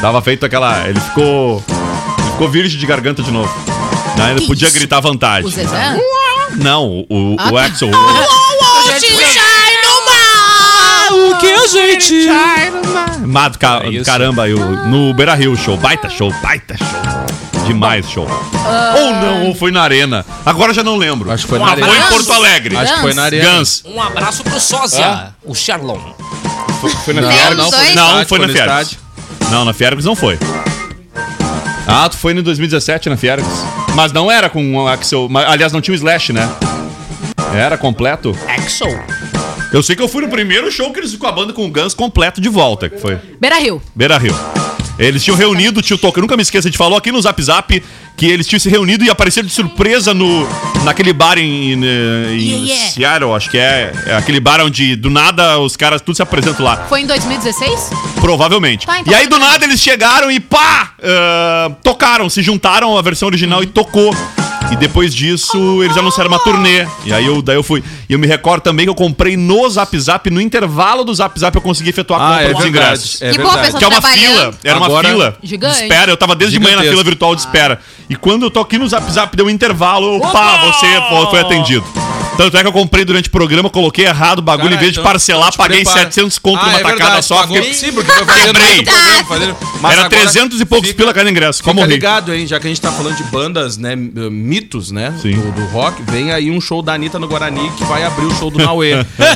Speaker 4: Tava feito aquela. Ele ficou. Ele ficou virgem de garganta de novo. Né? Ele podia gritar à vontade.
Speaker 8: O Zezé?
Speaker 4: Não, o, o Axel.
Speaker 7: O que a gente.
Speaker 4: Mad, ca-
Speaker 5: É isso.
Speaker 4: caramba, eu, no Beira Rio show. Baita show, baita show. Demais show. Ou não, ou foi na Arena. Agora já não lembro.
Speaker 5: Acho que foi na
Speaker 4: Ah,
Speaker 5: Arena.
Speaker 4: Foi em
Speaker 8: Guns?
Speaker 4: Porto Alegre.
Speaker 5: Acho que foi na arena.
Speaker 4: Guns.
Speaker 7: Um abraço pro sósia, o Charlon.
Speaker 5: Foi na
Speaker 6: Não,
Speaker 5: Fiera,
Speaker 6: não,
Speaker 5: foi no
Speaker 4: não,
Speaker 5: estádio,
Speaker 4: foi na
Speaker 5: no
Speaker 4: Fiera.
Speaker 5: estádio.
Speaker 4: Não, na Fiergs não foi. Ah, tu foi em 2017 na Fiergs. Mas não era com o Axel. mas, Aliás, não tinha o Slash, né? Era completo.
Speaker 7: Axel.
Speaker 4: Eu sei que eu fui no primeiro show que eles com a banda com o Guns completo de volta, que foi
Speaker 8: Beira Rio.
Speaker 4: Beira Rio. Eles tinham reunido, o tio Toca, eu nunca me esqueço, de falou aqui no Zap Zap que eles tinham se reunido e apareceram de surpresa no, naquele bar em, em, eh, em
Speaker 8: Yeah, yeah.
Speaker 4: Seattle, acho que é, é aquele bar onde do nada os caras tudo se apresentam lá.
Speaker 8: Foi em 2016?
Speaker 4: Provavelmente.
Speaker 8: Tá, então
Speaker 4: e aí
Speaker 8: tá
Speaker 4: do
Speaker 8: bem.
Speaker 4: nada eles chegaram e pá! ah, tocaram, se juntaram à versão original e tocou. E depois disso eles anunciaram uma turnê. E aí eu, daí eu fui. E eu me recordo também que eu comprei no Zap Zap, no intervalo do Zap Zap eu consegui efetuar a
Speaker 5: Ah,
Speaker 4: compra
Speaker 5: é
Speaker 4: dos
Speaker 5: verdade,
Speaker 4: ingressos.
Speaker 5: é
Speaker 6: Que
Speaker 5: verdade.
Speaker 6: boa pessoa
Speaker 4: Que é uma
Speaker 6: trabalhando.
Speaker 4: fila, era uma
Speaker 5: Agora,
Speaker 4: fila
Speaker 8: gigante.
Speaker 4: de espera. Eu tava desde de manhã na
Speaker 5: Gigantesco.
Speaker 4: fila virtual de espera. E quando eu tô aqui no Zap Zap, deu um intervalo, eu, pá,
Speaker 7: Opa!
Speaker 4: você foi- foi atendido. Tanto é que eu comprei durante o programa, coloquei errado o bagulho,
Speaker 5: Cara,
Speaker 4: em vez de
Speaker 5: então,
Speaker 4: parcelar,
Speaker 5: te
Speaker 4: paguei
Speaker 5: prepara.
Speaker 4: 700 conto
Speaker 5: Ah,
Speaker 4: numa
Speaker 5: é
Speaker 4: tacada
Speaker 5: verdade,
Speaker 4: só.
Speaker 5: pagou-
Speaker 4: porque-
Speaker 5: Sim, porque foi fazendo
Speaker 4: Quebrei.
Speaker 5: muito programa, fazendo- mas
Speaker 4: Era
Speaker 5: agora
Speaker 4: 300 e poucos
Speaker 5: fica-
Speaker 4: pila cada ingresso, como
Speaker 5: Fica
Speaker 4: morri.
Speaker 5: ligado, hein? Já que a gente tá falando de bandas, né? Mitos, né?
Speaker 4: Sim.
Speaker 5: Do, do rock. Vem aí um show da Anitta no Guarani que vai abrir o show do Nauê.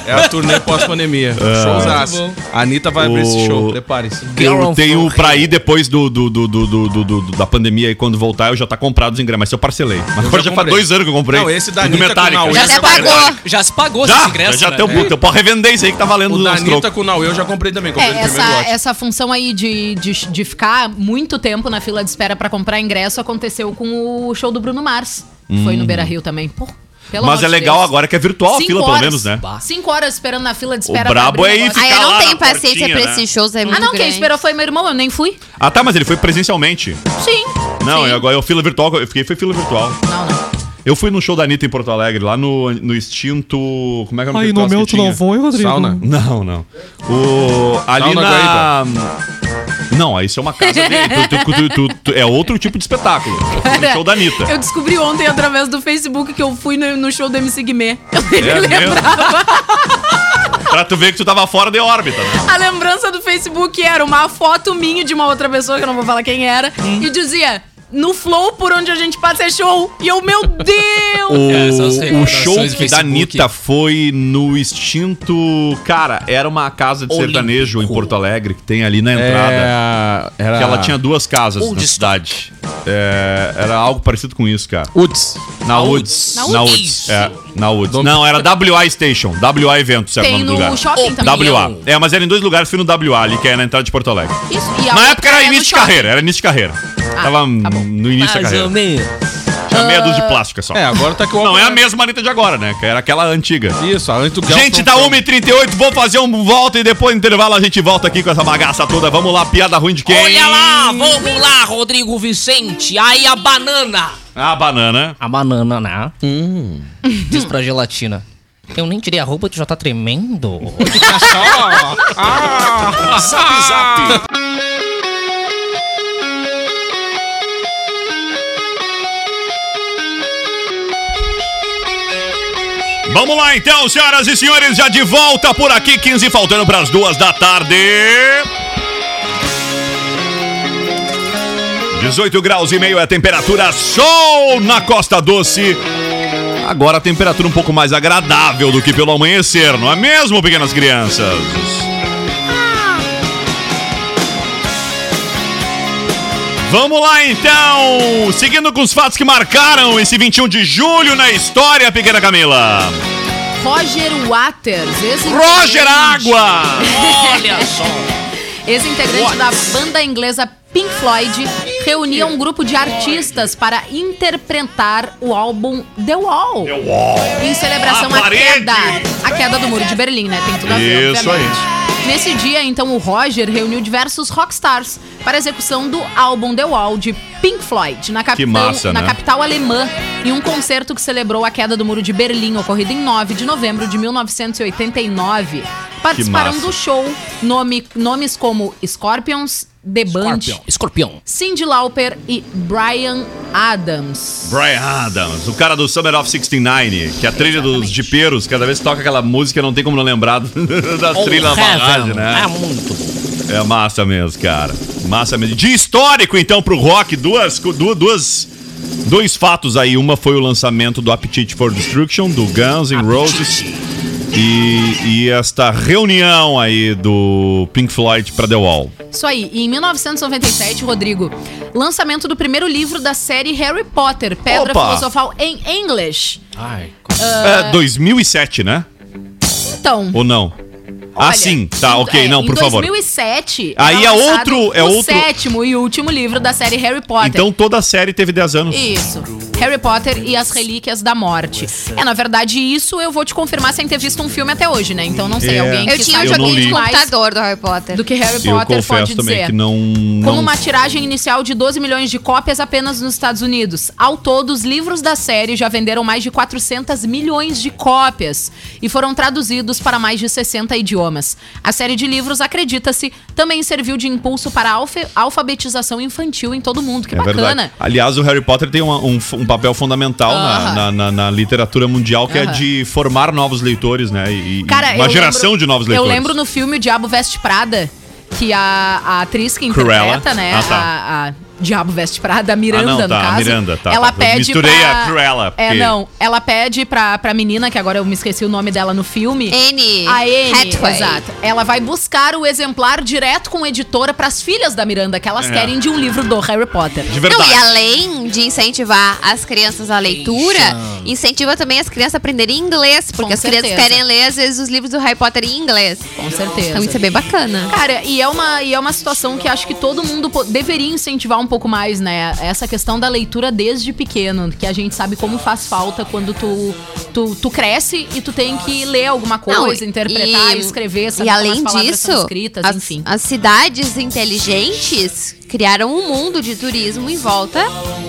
Speaker 5: é a turnê pós-pandemia. Showzaço. A Anitta vai abrir esse show,
Speaker 4: É. O- um-
Speaker 5: prepare-se.
Speaker 4: Eu tenho pra ir depois do, do, do, do, do- do- do- da pandemia e quando voltar eu já tá comprado os ingressos, mas eu parcelei. Mas agora
Speaker 5: já
Speaker 4: já faz
Speaker 5: comprei.
Speaker 4: dois anos que eu comprei.
Speaker 5: Não, esse da
Speaker 4: E do
Speaker 5: Anitta
Speaker 4: Metallica.
Speaker 5: com o Naui.
Speaker 6: Já
Speaker 5: Esse
Speaker 6: até
Speaker 5: é
Speaker 6: pagou.
Speaker 7: Já se pagou
Speaker 4: Já,
Speaker 7: esse ingresso,
Speaker 4: já
Speaker 7: né?
Speaker 4: tem o book. Eu posso revender isso aí que tá valendo
Speaker 5: O da
Speaker 4: uns
Speaker 5: Anitta
Speaker 4: trocos.
Speaker 5: com o Nauê eu já comprei também. Comprei
Speaker 8: É,
Speaker 5: o primeiro
Speaker 8: essa,
Speaker 5: lote.
Speaker 8: essa função aí de, de, de ficar muito tempo na fila de espera pra comprar ingresso aconteceu com o show do Bruno Mars. Foi no Beira Rio também. Pô, pelo
Speaker 4: Hum. Mas
Speaker 8: amor
Speaker 4: é
Speaker 8: de
Speaker 4: legal
Speaker 8: Deus.
Speaker 4: agora que é virtual a
Speaker 8: Cinco
Speaker 4: fila, pelo
Speaker 8: horas.
Speaker 4: menos, né?
Speaker 8: Bah. Cinco horas esperando na fila de espera.
Speaker 4: O brabo
Speaker 8: pra abrir
Speaker 4: é isso,
Speaker 8: negócio.
Speaker 6: Ah, eu
Speaker 4: Fica
Speaker 6: não
Speaker 4: lá
Speaker 6: tenho
Speaker 4: na
Speaker 6: paciência
Speaker 4: portinha,
Speaker 6: pra
Speaker 4: né?
Speaker 6: esses shows, é muito
Speaker 8: Ah, não, quem
Speaker 6: grande.
Speaker 8: esperou foi meu irmão, eu nem fui.
Speaker 4: Ah, tá, mas ele foi presencialmente.
Speaker 8: Sim.
Speaker 4: Não,
Speaker 8: Sim.
Speaker 4: eu, agora eu fila virtual, eu fiquei foi fila virtual.
Speaker 8: Não, não.
Speaker 4: Eu fui num show da Anitta em Porto Alegre, lá no, no extinto. Como é que é o nome
Speaker 10: Aí
Speaker 4: daquele
Speaker 10: no meu
Speaker 4: troço que
Speaker 10: tu não
Speaker 4: tinha?
Speaker 10: vão, hein, Rodrigo?
Speaker 5: Sauna.
Speaker 4: Não, não. O. Ali
Speaker 5: Sauna
Speaker 4: na. Não, isso é uma casa dele. Tu- tu- tu- tu- tu- é outro tipo de espetáculo. É o show da Anitta.
Speaker 8: Eu descobri ontem através do Facebook que eu fui no, no show do MC Guimê. Eu nem
Speaker 4: É
Speaker 8: me
Speaker 4: mesmo?
Speaker 8: lembrava.
Speaker 4: Pra tu ver que tu tava fora de órbita, né?
Speaker 8: A lembrança do Facebook era uma foto minha de uma outra pessoa, que eu não vou falar quem era,
Speaker 4: Hum.
Speaker 8: e dizia. No flow por onde a gente passa é show. E eu, meu Deus!
Speaker 7: É, são as
Speaker 4: O, o show
Speaker 7: recordações do
Speaker 4: que da
Speaker 7: Facebook.
Speaker 4: Anitta foi no extinto. Cara, era uma casa de sertanejo em Porto Alegre que tem ali na entrada.
Speaker 5: É, era...
Speaker 4: Que ela tinha duas casas
Speaker 7: Old
Speaker 4: na cidade. É, era algo parecido com isso, cara.
Speaker 5: Uds.
Speaker 4: Na Woods.
Speaker 8: Na
Speaker 4: Na
Speaker 8: Woods.
Speaker 4: Woods. É, na Woods. Não, era WA Station. WA Eventos era o
Speaker 8: Tem
Speaker 4: nome do
Speaker 8: no
Speaker 4: lugar.
Speaker 8: shopping
Speaker 4: O
Speaker 8: também.
Speaker 4: WA. É, mas era em dois lugares, fui no WA ali, que é na entrada de Porto Alegre.
Speaker 8: Isso, e a
Speaker 4: na
Speaker 8: outra
Speaker 4: época era
Speaker 8: Tá é no
Speaker 4: início de
Speaker 8: shopping.
Speaker 4: carreira, era início de carreira. Tava hum, no início da carreira. Tinha meia dúzia de plástica só.
Speaker 5: É, agora tá que o
Speaker 4: Não é a mesma Anitta de agora, né? Que era aquela antiga.
Speaker 5: Isso, a Anitta do
Speaker 4: Gente,
Speaker 5: Gelson
Speaker 4: tá
Speaker 5: Franco.
Speaker 4: 1h38, vou fazer um volta e depois do intervalo a gente volta aqui com essa bagaça toda. Vamos lá, piada ruim de quem?
Speaker 7: Olha lá, Ah, vamos lá, Rodrigo Vicente. Aí a banana.
Speaker 4: A Ah, banana.
Speaker 11: A banana, né?
Speaker 4: Hum.
Speaker 11: Diz pra gelatina. Eu nem tirei a roupa, tu já tá tremendo.
Speaker 5: Ah,
Speaker 4: Vamos lá então, senhoras e senhores, já de volta por aqui, 15 faltando para as duas da tarde. 18 graus e meio é a temperatura, sol na Costa Doce. Agora a temperatura um pouco mais agradável do que pelo amanhecer, não é mesmo, pequenas crianças? Vamos lá então, seguindo com os fatos que marcaram esse 21 de julho na história, pequena Camila.
Speaker 8: Roger Waters, esse
Speaker 4: Roger Água!
Speaker 7: Olha só.
Speaker 8: Ex-integrante da banda inglesa Pink Floyd reunia um grupo de artistas para interpretar o álbum The Wall. Em celebração
Speaker 4: A
Speaker 8: à
Speaker 4: parede.
Speaker 8: queda, à queda do Muro de Berlim, né? Tem tudo a ver,
Speaker 4: Isso aí.
Speaker 8: obviamente. Nesse dia, então, o Roger reuniu diversos rockstars para a execução do álbum The Wall de Pink Floyd na, capitão-
Speaker 4: massa,
Speaker 8: na
Speaker 4: né?
Speaker 8: capital alemã em um concerto que celebrou a queda do Muro de Berlim, ocorrido em 9 de novembro de 1989. Participaram
Speaker 4: massa.
Speaker 8: do show nome- nomes como Scorpions, The Band,
Speaker 11: Escorpião.
Speaker 8: Cyndi Lauper e Brian Adams.
Speaker 4: Brian Adams, o cara do Summer of 69, que a trilha dos jipeiros, cada vez que toca aquela música, não tem como não lembrar das trilhas da barragem,
Speaker 11: É
Speaker 7: Ah.
Speaker 4: né?
Speaker 11: muito bom.
Speaker 4: É massa mesmo, cara. Massa mesmo. De histórico, então, pro rock, duas, du- duas, dois fatos aí. Uma foi o lançamento do Appetite for Destruction, do Guns N' Roses. E, e esta reunião aí do Pink Floyd pra The Wall.
Speaker 8: Isso aí. E em 1997, Rodrigo, lançamento do primeiro livro da série Harry Potter, Pedra
Speaker 4: Opa!
Speaker 8: Filosofal em English.
Speaker 4: É 2007, né?
Speaker 8: Então,
Speaker 4: Ou não? Ah, sim. Tá, ok,
Speaker 8: É,
Speaker 4: não, por
Speaker 8: em
Speaker 4: favor.
Speaker 8: 2007.
Speaker 4: Aí
Speaker 8: era
Speaker 4: é
Speaker 8: lançado
Speaker 4: outro- é
Speaker 8: o
Speaker 4: outro-
Speaker 8: sétimo e último livro da série Harry Potter.
Speaker 4: Então toda a série teve 10 anos.
Speaker 8: Isso. Harry Potter e as Relíquias da Morte. É, na verdade, isso eu vou te confirmar sem ter visto um filme até hoje, né? Então não sei,
Speaker 4: É.
Speaker 8: alguém
Speaker 4: Eu
Speaker 8: que
Speaker 4: tinha um
Speaker 8: sabe
Speaker 4: joguinho
Speaker 8: muito
Speaker 4: de
Speaker 8: mais
Speaker 6: computador do Harry Potter.
Speaker 8: do que Harry
Speaker 4: Eu
Speaker 8: Potter pode
Speaker 4: confesso também
Speaker 8: dizer.
Speaker 4: que não.
Speaker 8: Com
Speaker 4: não...
Speaker 8: uma tiragem inicial de 12 milhões de cópias apenas nos Estados Unidos. Ao todo, os livros da série já venderam mais de 400 milhões de cópias e foram traduzidos para mais de 60 idiomas. A série de livros, acredita-se, também serviu de impulso para a alfe- alfabetização infantil em todo o mundo. Que
Speaker 4: É
Speaker 8: bacana.
Speaker 4: verdade. Aliás, o Harry Potter tem uma- um, f- um papel fundamental na-
Speaker 8: Aham.
Speaker 4: na, na- na literatura mundial, que é
Speaker 8: Aham.
Speaker 4: de formar novos leitores, né? E, e
Speaker 8: Cara,
Speaker 4: uma
Speaker 8: eu
Speaker 4: geração
Speaker 8: lembro-
Speaker 4: de novos leitores.
Speaker 8: Eu lembro no filme O Diabo Veste Prada, que a, a atriz que
Speaker 4: Cruella.
Speaker 8: interpreta, né?
Speaker 4: Ah, tá.
Speaker 8: a, a Diabo Veste Prada, a Miranda,
Speaker 4: Ah, não, tá,
Speaker 8: no
Speaker 4: a
Speaker 8: caso.
Speaker 4: Miranda, tá,
Speaker 8: Ela
Speaker 4: tá. Eu
Speaker 8: pede
Speaker 4: misturei
Speaker 8: pra...
Speaker 4: a Cruella,
Speaker 8: É,
Speaker 4: porque-
Speaker 8: não. Ela pede pra, pra menina, que agora eu me esqueci o nome dela no filme.
Speaker 6: Anne
Speaker 8: A Anne,
Speaker 6: Hathaway.
Speaker 8: exato. Ela vai buscar o exemplar direto com a editora pras filhas da Miranda, que elas
Speaker 4: É.
Speaker 8: querem de um livro do Harry Potter.
Speaker 4: De verdade.
Speaker 6: Não, e além de incentivar as crianças à leitura, incentiva também as crianças a aprenderem inglês, porque
Speaker 8: Com
Speaker 6: as
Speaker 8: certeza.
Speaker 6: crianças querem ler, às vezes, os livros do Harry Potter em inglês.
Speaker 8: Com certeza.
Speaker 6: Então isso é bem bacana.
Speaker 8: Cara, e é uma, e é uma situação que acho que todo mundo po- deveria incentivar um pouco mais, né? Essa questão da leitura desde pequeno, que a gente sabe como faz falta quando tu, tu, tu cresce e tu tem que ler alguma coisa,
Speaker 6: Não,
Speaker 8: interpretar,
Speaker 6: e-
Speaker 8: escrever, saber
Speaker 6: E
Speaker 8: como as
Speaker 6: além
Speaker 8: palavras
Speaker 6: disso,
Speaker 8: são escritas,
Speaker 6: as,
Speaker 8: enfim.
Speaker 6: as cidades inteligentes criaram um mundo de turismo em volta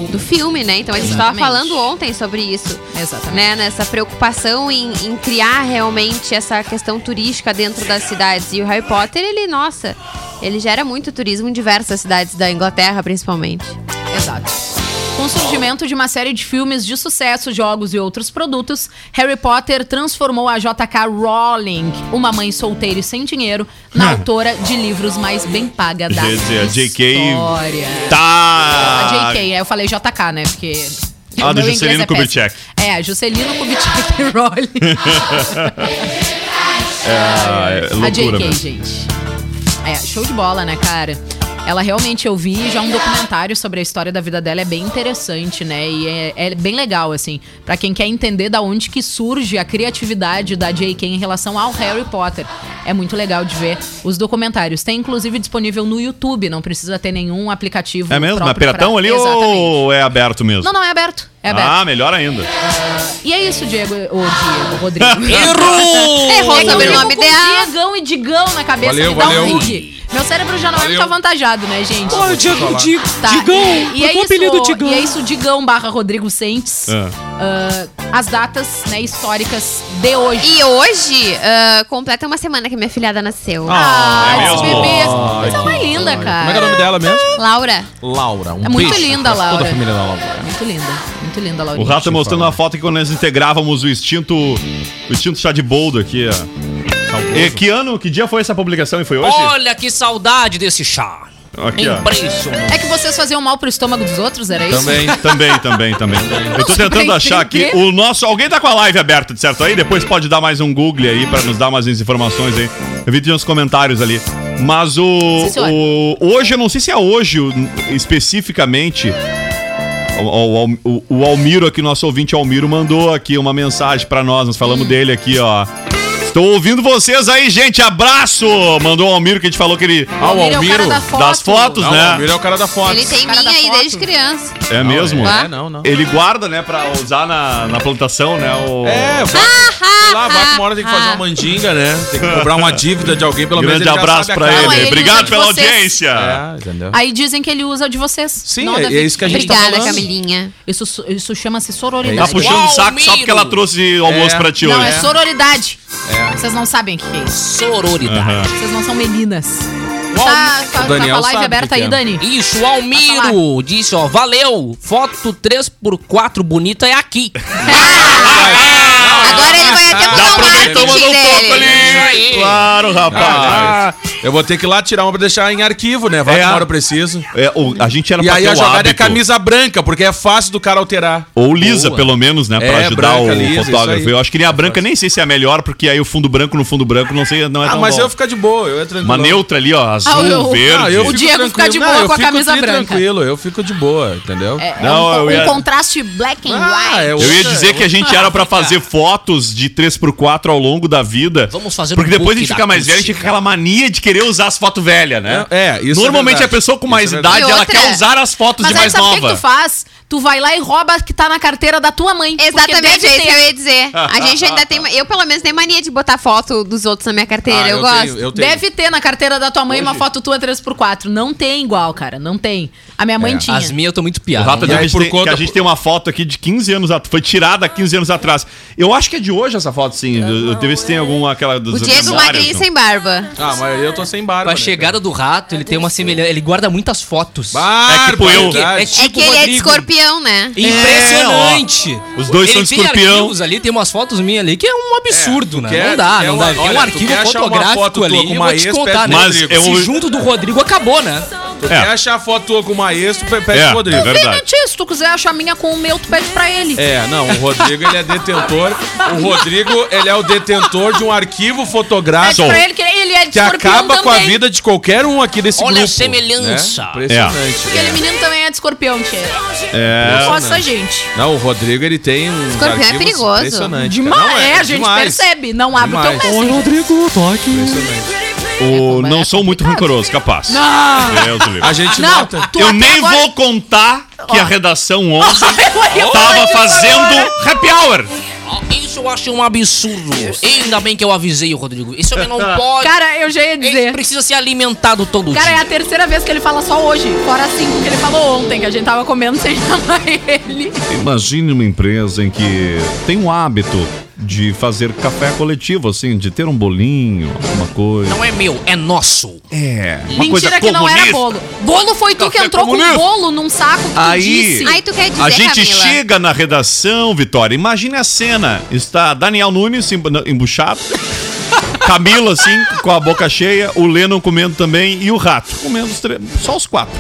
Speaker 6: do filme, né? Então a gente estava
Speaker 8: Exatamente.
Speaker 6: falando ontem sobre isso.
Speaker 8: Exatamente.
Speaker 6: Né? Nessa preocupação em, em criar realmente essa questão turística dentro das cidades. E o Harry Potter, ele, nossa, ele gera muito turismo em diversas cidades da Inglaterra, principalmente.
Speaker 8: Exato. Com o surgimento de uma série de filmes de sucesso, jogos e outros produtos, Harry Potter transformou a J.K. Rowling, uma mãe solteira e sem dinheiro, na autora de livros mais bem paga da
Speaker 4: Gente, a JK
Speaker 8: história.
Speaker 4: Tá.
Speaker 8: A JK, aí eu falei JK, né? Porque.
Speaker 4: Ah, do
Speaker 8: o meu inglês
Speaker 4: Juscelino
Speaker 8: é péssimo.
Speaker 4: Kubitschek.
Speaker 8: É, Juscelino Kubitschek e Rowling.
Speaker 4: é, é
Speaker 8: a
Speaker 4: loucura
Speaker 8: JK,
Speaker 4: mesmo.
Speaker 8: gente. É, show de bola, né, cara? Ela realmente, eu vi já um documentário sobre a história da vida dela, é bem interessante, né? E é, é bem legal, assim, pra quem quer entender da onde que surge a criatividade da J.K. em relação ao Harry Potter. É muito legal de ver os documentários. Tem, inclusive, disponível no YouTube, não precisa ter nenhum aplicativo
Speaker 4: É mesmo? É
Speaker 8: próprio pra-
Speaker 4: piratão ali
Speaker 8: Exatamente.
Speaker 4: ou é aberto mesmo?
Speaker 8: Não, não, é aberto. É aberto.
Speaker 4: Ah, melhor ainda.
Speaker 8: E é isso, Diego. Ô, Diego, Rodrigo.
Speaker 4: Errou!
Speaker 6: Errou
Speaker 8: É que eu
Speaker 6: sobre o
Speaker 8: fico
Speaker 6: nome
Speaker 8: com
Speaker 6: dela.
Speaker 8: Diegão e Digão na cabeça.
Speaker 5: Valeu,
Speaker 8: me dá
Speaker 5: valeu.
Speaker 8: um bug. Meu cérebro já não é
Speaker 5: Valeu.
Speaker 8: muito avantajado, né, gente?
Speaker 5: Ô, Vou te Diego, falar. Di-
Speaker 8: Tá.
Speaker 5: Digão,
Speaker 8: E, e é
Speaker 5: qual o
Speaker 8: isso,
Speaker 5: apelido Digão? É.
Speaker 8: E é isso, Digão barra Rodrigo Sentes.
Speaker 4: Ah.
Speaker 8: Ah, as datas né, históricas de hoje.
Speaker 6: E hoje, ah, completa uma semana que minha filhada nasceu.
Speaker 8: Ah,
Speaker 5: é
Speaker 8: esses
Speaker 5: mesmo?
Speaker 8: bebês.
Speaker 5: Ai,
Speaker 8: Essa é uma
Speaker 5: Como
Speaker 8: linda,
Speaker 5: é que é o
Speaker 8: cara.
Speaker 5: nome dela mesmo?
Speaker 6: Laura,
Speaker 5: Laura. Um
Speaker 8: É muito
Speaker 5: beijo
Speaker 8: linda,
Speaker 5: pra Toda
Speaker 8: Laura.
Speaker 5: a família da Laura.
Speaker 8: Muito linda. Muito linda,
Speaker 4: O
Speaker 8: Laurinha.
Speaker 5: é
Speaker 4: Rato tá mostrando uma foto que quando nós integrávamos o extinto. O extinto chá de boldo aqui, ó. E que ano, que dia foi essa publicação? E foi hoje?
Speaker 7: Olha então, que saudade desse chá.
Speaker 4: Aqui, ó.
Speaker 7: Impressionante.
Speaker 8: É que vocês faziam mal pro estômago dos outros, era isso?
Speaker 5: Também.
Speaker 4: Também, também, também. Eu tô tentando
Speaker 8: pra
Speaker 4: achar aqui
Speaker 8: entender.
Speaker 4: o nosso. Alguém tá com a live aberta, de certo? Aí depois pode dar mais um Google aí pra nos dar mais as informações aí. Eu vi que tinha uns comentários ali. Mas o,
Speaker 8: Sim, senhor.
Speaker 4: o- Hoje, eu não sei se é hoje o- especificamente. O, o- o- o Almiro aqui, nosso ouvinte Almiro, mandou aqui uma mensagem pra nós. Nós
Speaker 8: Hum.
Speaker 4: falamos dele aqui, ó. Estou ouvindo vocês aí, gente. Abraço! Mandou o Almiro que a gente falou que ele.
Speaker 5: Ah, o
Speaker 8: Almiro é o cara
Speaker 5: Almiro.
Speaker 8: da foto.
Speaker 4: Das fotos,
Speaker 5: Não, o
Speaker 4: né?
Speaker 5: Almiro é o cara da foto.
Speaker 6: ele tem
Speaker 8: Cara da
Speaker 6: minha aí
Speaker 8: foto.
Speaker 6: desde criança.
Speaker 4: É mesmo?
Speaker 5: É, não, não.
Speaker 4: Ele guarda, né, pra usar na, na plantação, né? O...
Speaker 5: É, vai, sei lá, vai que uma hora tem que fazer
Speaker 8: Ah.
Speaker 5: uma mandinga, né? Tem que cobrar uma dívida de alguém, pelo menos
Speaker 4: Grande
Speaker 5: ele já
Speaker 4: abraço
Speaker 5: sabe a
Speaker 4: pra
Speaker 5: cara.
Speaker 4: ele.
Speaker 8: Não, aí ele usa
Speaker 4: Obrigado
Speaker 8: de
Speaker 4: pela
Speaker 8: vocês.
Speaker 4: audiência.
Speaker 5: É, entendeu?
Speaker 8: Aí dizem que ele usa o de vocês.
Speaker 5: Sim,
Speaker 8: Não,
Speaker 5: é-
Speaker 8: Davi.
Speaker 5: é isso que a gente tá
Speaker 6: Obrigada,
Speaker 5: falando.
Speaker 6: Camilinha.
Speaker 8: Isso, isso chama-se
Speaker 4: Tá
Speaker 8: sororidade.
Speaker 4: puxando o
Speaker 7: Uau,
Speaker 4: saco só
Speaker 7: Miro.
Speaker 4: porque ela trouxe almoço
Speaker 5: É.
Speaker 4: pra ti
Speaker 8: é Não,
Speaker 4: hoje.
Speaker 8: é sororidade.
Speaker 5: É. Ah.
Speaker 8: Vocês não sabem o que que é isso.
Speaker 7: Sororidade.
Speaker 8: Vocês não são meninas.
Speaker 7: Uau,
Speaker 8: Tá, tá, tá com
Speaker 5: Daniel
Speaker 8: a live
Speaker 5: sabe
Speaker 8: aberta
Speaker 5: o que
Speaker 8: aí,
Speaker 5: que é.
Speaker 8: Dani.
Speaker 7: Isso, o Almiro disse, ó, valeu. Foto 3x4 bonita é aqui.
Speaker 5: É.
Speaker 6: Agora ele vai até
Speaker 4: Já
Speaker 6: mudar o
Speaker 4: aproveitou,
Speaker 6: marketing
Speaker 4: mandou um toco
Speaker 6: dele.
Speaker 4: ali.
Speaker 7: Isso aí.
Speaker 4: Claro,
Speaker 5: Ah,
Speaker 4: rapaz.
Speaker 5: eu vou ter que ir lá tirar uma pra deixar em arquivo, né? Vai
Speaker 4: É.
Speaker 5: que uma hora eu preciso.
Speaker 4: É, o- a gente era
Speaker 5: E
Speaker 4: pra
Speaker 5: aí
Speaker 4: ter
Speaker 5: a
Speaker 4: o
Speaker 5: jogada é
Speaker 4: hábito.
Speaker 5: camisa branca, porque é fácil do cara alterar.
Speaker 4: Ou lisa,
Speaker 5: Boa.
Speaker 4: pelo menos, né? Pra
Speaker 5: É,
Speaker 4: ajudar
Speaker 5: branca,
Speaker 4: o
Speaker 5: lisa, isso
Speaker 4: fotógrafo.
Speaker 5: aí.
Speaker 4: Eu acho que nem a branca, nem sei se é a melhor, porque aí o fundo branco no fundo branco, não sei, não é
Speaker 5: Ah,
Speaker 4: tão
Speaker 5: mas
Speaker 4: bom.
Speaker 5: eu ficar de boa, eu é tranquilo.
Speaker 4: Uma neutra ali, ó, azul,
Speaker 8: Ah, eu-
Speaker 4: verde.
Speaker 8: Ah, eu- O Diego fica de boa
Speaker 5: eu
Speaker 8: com a
Speaker 5: fico
Speaker 8: camisa
Speaker 5: tri
Speaker 8: branca.
Speaker 5: tranquilo, eu fico de boa, entendeu?
Speaker 8: É, é
Speaker 4: Não,
Speaker 8: um,
Speaker 4: eu
Speaker 8: um
Speaker 4: ia-
Speaker 8: contraste black and
Speaker 5: Ah,
Speaker 8: white.
Speaker 5: é
Speaker 4: Eu ia
Speaker 5: outra-
Speaker 4: dizer que a gente era pra fazer fotos de 3x4 ao longo da vida.
Speaker 11: Vamos fazer
Speaker 4: Porque
Speaker 11: um
Speaker 4: depois
Speaker 11: book
Speaker 4: a gente
Speaker 11: da
Speaker 4: fica mais velho, a gente
Speaker 11: acústica.
Speaker 4: fica com aquela mania de querer usar as fotos velhas, né?
Speaker 5: É, é, isso é
Speaker 4: Normalmente
Speaker 5: verdade.
Speaker 4: a pessoa com mais
Speaker 5: Isso é
Speaker 4: idade,
Speaker 8: E
Speaker 4: ela
Speaker 8: outra-
Speaker 4: quer usar as fotos
Speaker 8: Mas
Speaker 4: de mais
Speaker 8: aí sabe o que
Speaker 4: nova.
Speaker 8: que tu faz? Tu vai lá e rouba que tá na carteira da tua mãe. porque
Speaker 6: Exatamente,
Speaker 8: deve
Speaker 6: é isso que
Speaker 8: ter.
Speaker 6: eu ia dizer. A gente ainda tem. Eu, pelo menos, tenho mania de botar foto dos outros na minha carteira.
Speaker 5: Ah,
Speaker 6: eu,
Speaker 5: eu
Speaker 6: gosto.
Speaker 5: tenho, eu tenho.
Speaker 8: Deve ter na carteira da tua mãe uma foto tua 3x4. Não tem igual, cara. Não tem. A minha mãe
Speaker 5: É.
Speaker 8: tinha.
Speaker 11: As minhas eu tô muito
Speaker 4: O
Speaker 11: piada.
Speaker 4: Rafa
Speaker 11: né?
Speaker 4: deu
Speaker 5: aí,
Speaker 4: que
Speaker 5: por
Speaker 4: tem-
Speaker 5: conta-
Speaker 4: que a gente tem uma foto aqui de 15 anos atrás. Foi tirada há 15 anos atrás. Eu acho que é de hoje essa foto, sim. Eu, eu ver se tem alguma aquela dos
Speaker 6: O Diego magrinho sem barba.
Speaker 5: Ah, mas eu tô sem
Speaker 11: Com
Speaker 5: barba.
Speaker 11: a chegada do rato, ele tem uma semelhança. Ele guarda muitas fotos.
Speaker 5: Barba,
Speaker 4: É tipo eu.
Speaker 5: verdade.
Speaker 11: É
Speaker 6: É
Speaker 11: tipo
Speaker 6: que ele é de
Speaker 11: Rodrigo.
Speaker 6: escorpião, né?
Speaker 11: Impressionante!
Speaker 4: ó. Os dois
Speaker 11: ele
Speaker 4: são de escorpião.
Speaker 11: Tem arquivos ali, tem umas fotos minhas ali que é um absurdo, né?
Speaker 5: tu quer-
Speaker 11: não dá,
Speaker 5: quer
Speaker 11: não
Speaker 5: uma-
Speaker 11: dá. Tem
Speaker 5: olha,
Speaker 11: um
Speaker 5: tu
Speaker 11: arquivo
Speaker 5: quer achar uma foto
Speaker 11: fotográfico
Speaker 5: tua
Speaker 11: ali.
Speaker 5: com
Speaker 11: Eu
Speaker 5: uma
Speaker 11: vou te
Speaker 5: ex,
Speaker 11: contar, né?
Speaker 5: pede
Speaker 4: pro
Speaker 11: Se
Speaker 4: Rodrigo. Eu-
Speaker 11: junto do Rodrigo acabou, né?
Speaker 5: Tu
Speaker 4: É.
Speaker 5: quer achar a foto tua com uma ex, tu pede
Speaker 4: É,
Speaker 5: pro Rodrigo.
Speaker 4: é verdade.
Speaker 8: Exatamente isso. Se tu quiser achar a minha com o meu, tu pede pra ele.
Speaker 5: É, não, o Rodrigo ele é detentor. O Rodrigo ele é o detentor de um arquivo
Speaker 8: Pede
Speaker 5: fotográfico
Speaker 8: pra ele que ele é de
Speaker 5: que
Speaker 8: escorpião
Speaker 5: acaba
Speaker 8: também.
Speaker 5: com a vida de qualquer um aqui desse
Speaker 11: Olha
Speaker 5: grupo.
Speaker 11: a semelhança.
Speaker 5: né? Impressionante.
Speaker 8: Aquele menino também é de escorpião, tia.
Speaker 4: É.
Speaker 8: Não gosta da gente.
Speaker 5: Não, o Rodrigo ele tem um.
Speaker 6: Escorpião é perigoso.
Speaker 8: Demais. é, a gente percebe. Não abre o teu
Speaker 5: Demais.
Speaker 8: mesmo.
Speaker 5: Rodrigo, tô aqui. Impressionante.
Speaker 8: assim,
Speaker 4: O,
Speaker 8: né?
Speaker 4: não sou muito rancoroso, capaz. É,
Speaker 8: Ah,
Speaker 4: Deus me livre.
Speaker 5: A gente
Speaker 8: Não,
Speaker 5: nota.
Speaker 8: tu
Speaker 4: eu
Speaker 8: até
Speaker 4: nem
Speaker 8: agora-
Speaker 4: vou contar que a redação ontem
Speaker 8: Eu ia falar
Speaker 4: tava
Speaker 8: disso
Speaker 4: fazendo
Speaker 8: agora.
Speaker 4: happy hour.
Speaker 11: Ah, Isso eu acho um absurdo. Ainda bem que eu avisei o Rodrigo. Esse homem não
Speaker 4: Tá.
Speaker 11: pode.
Speaker 8: Cara, eu já ia
Speaker 11: ele
Speaker 8: dizer.
Speaker 11: precisa ser alimentado todo
Speaker 8: Cara, é
Speaker 11: dia.
Speaker 8: a terceira vez que ele fala só hoje. Fora cinco que ele falou ontem, que a gente tava comendo sem chamar ele.
Speaker 4: Imagine uma empresa em que tem um hábito de fazer café coletivo, assim, de ter um bolinho, alguma coisa.
Speaker 11: Não é meu, é nosso.
Speaker 4: É, uma
Speaker 8: Mentira que não era bolo. Bolo foi tu que
Speaker 4: Café
Speaker 8: entrou com
Speaker 4: comunista.
Speaker 8: bolo num saco que tu
Speaker 4: Aí-
Speaker 8: disse.
Speaker 6: Aí tu quer dizer,
Speaker 4: A gente
Speaker 6: Camila,
Speaker 4: chega na redação, Vitória. Imagine a cena. Está Daniel Nunes embu- não, embuchado. Camila, assim, com a boca cheia. O Lennon comendo também. E o rato. Comendo os três. Só os quatro.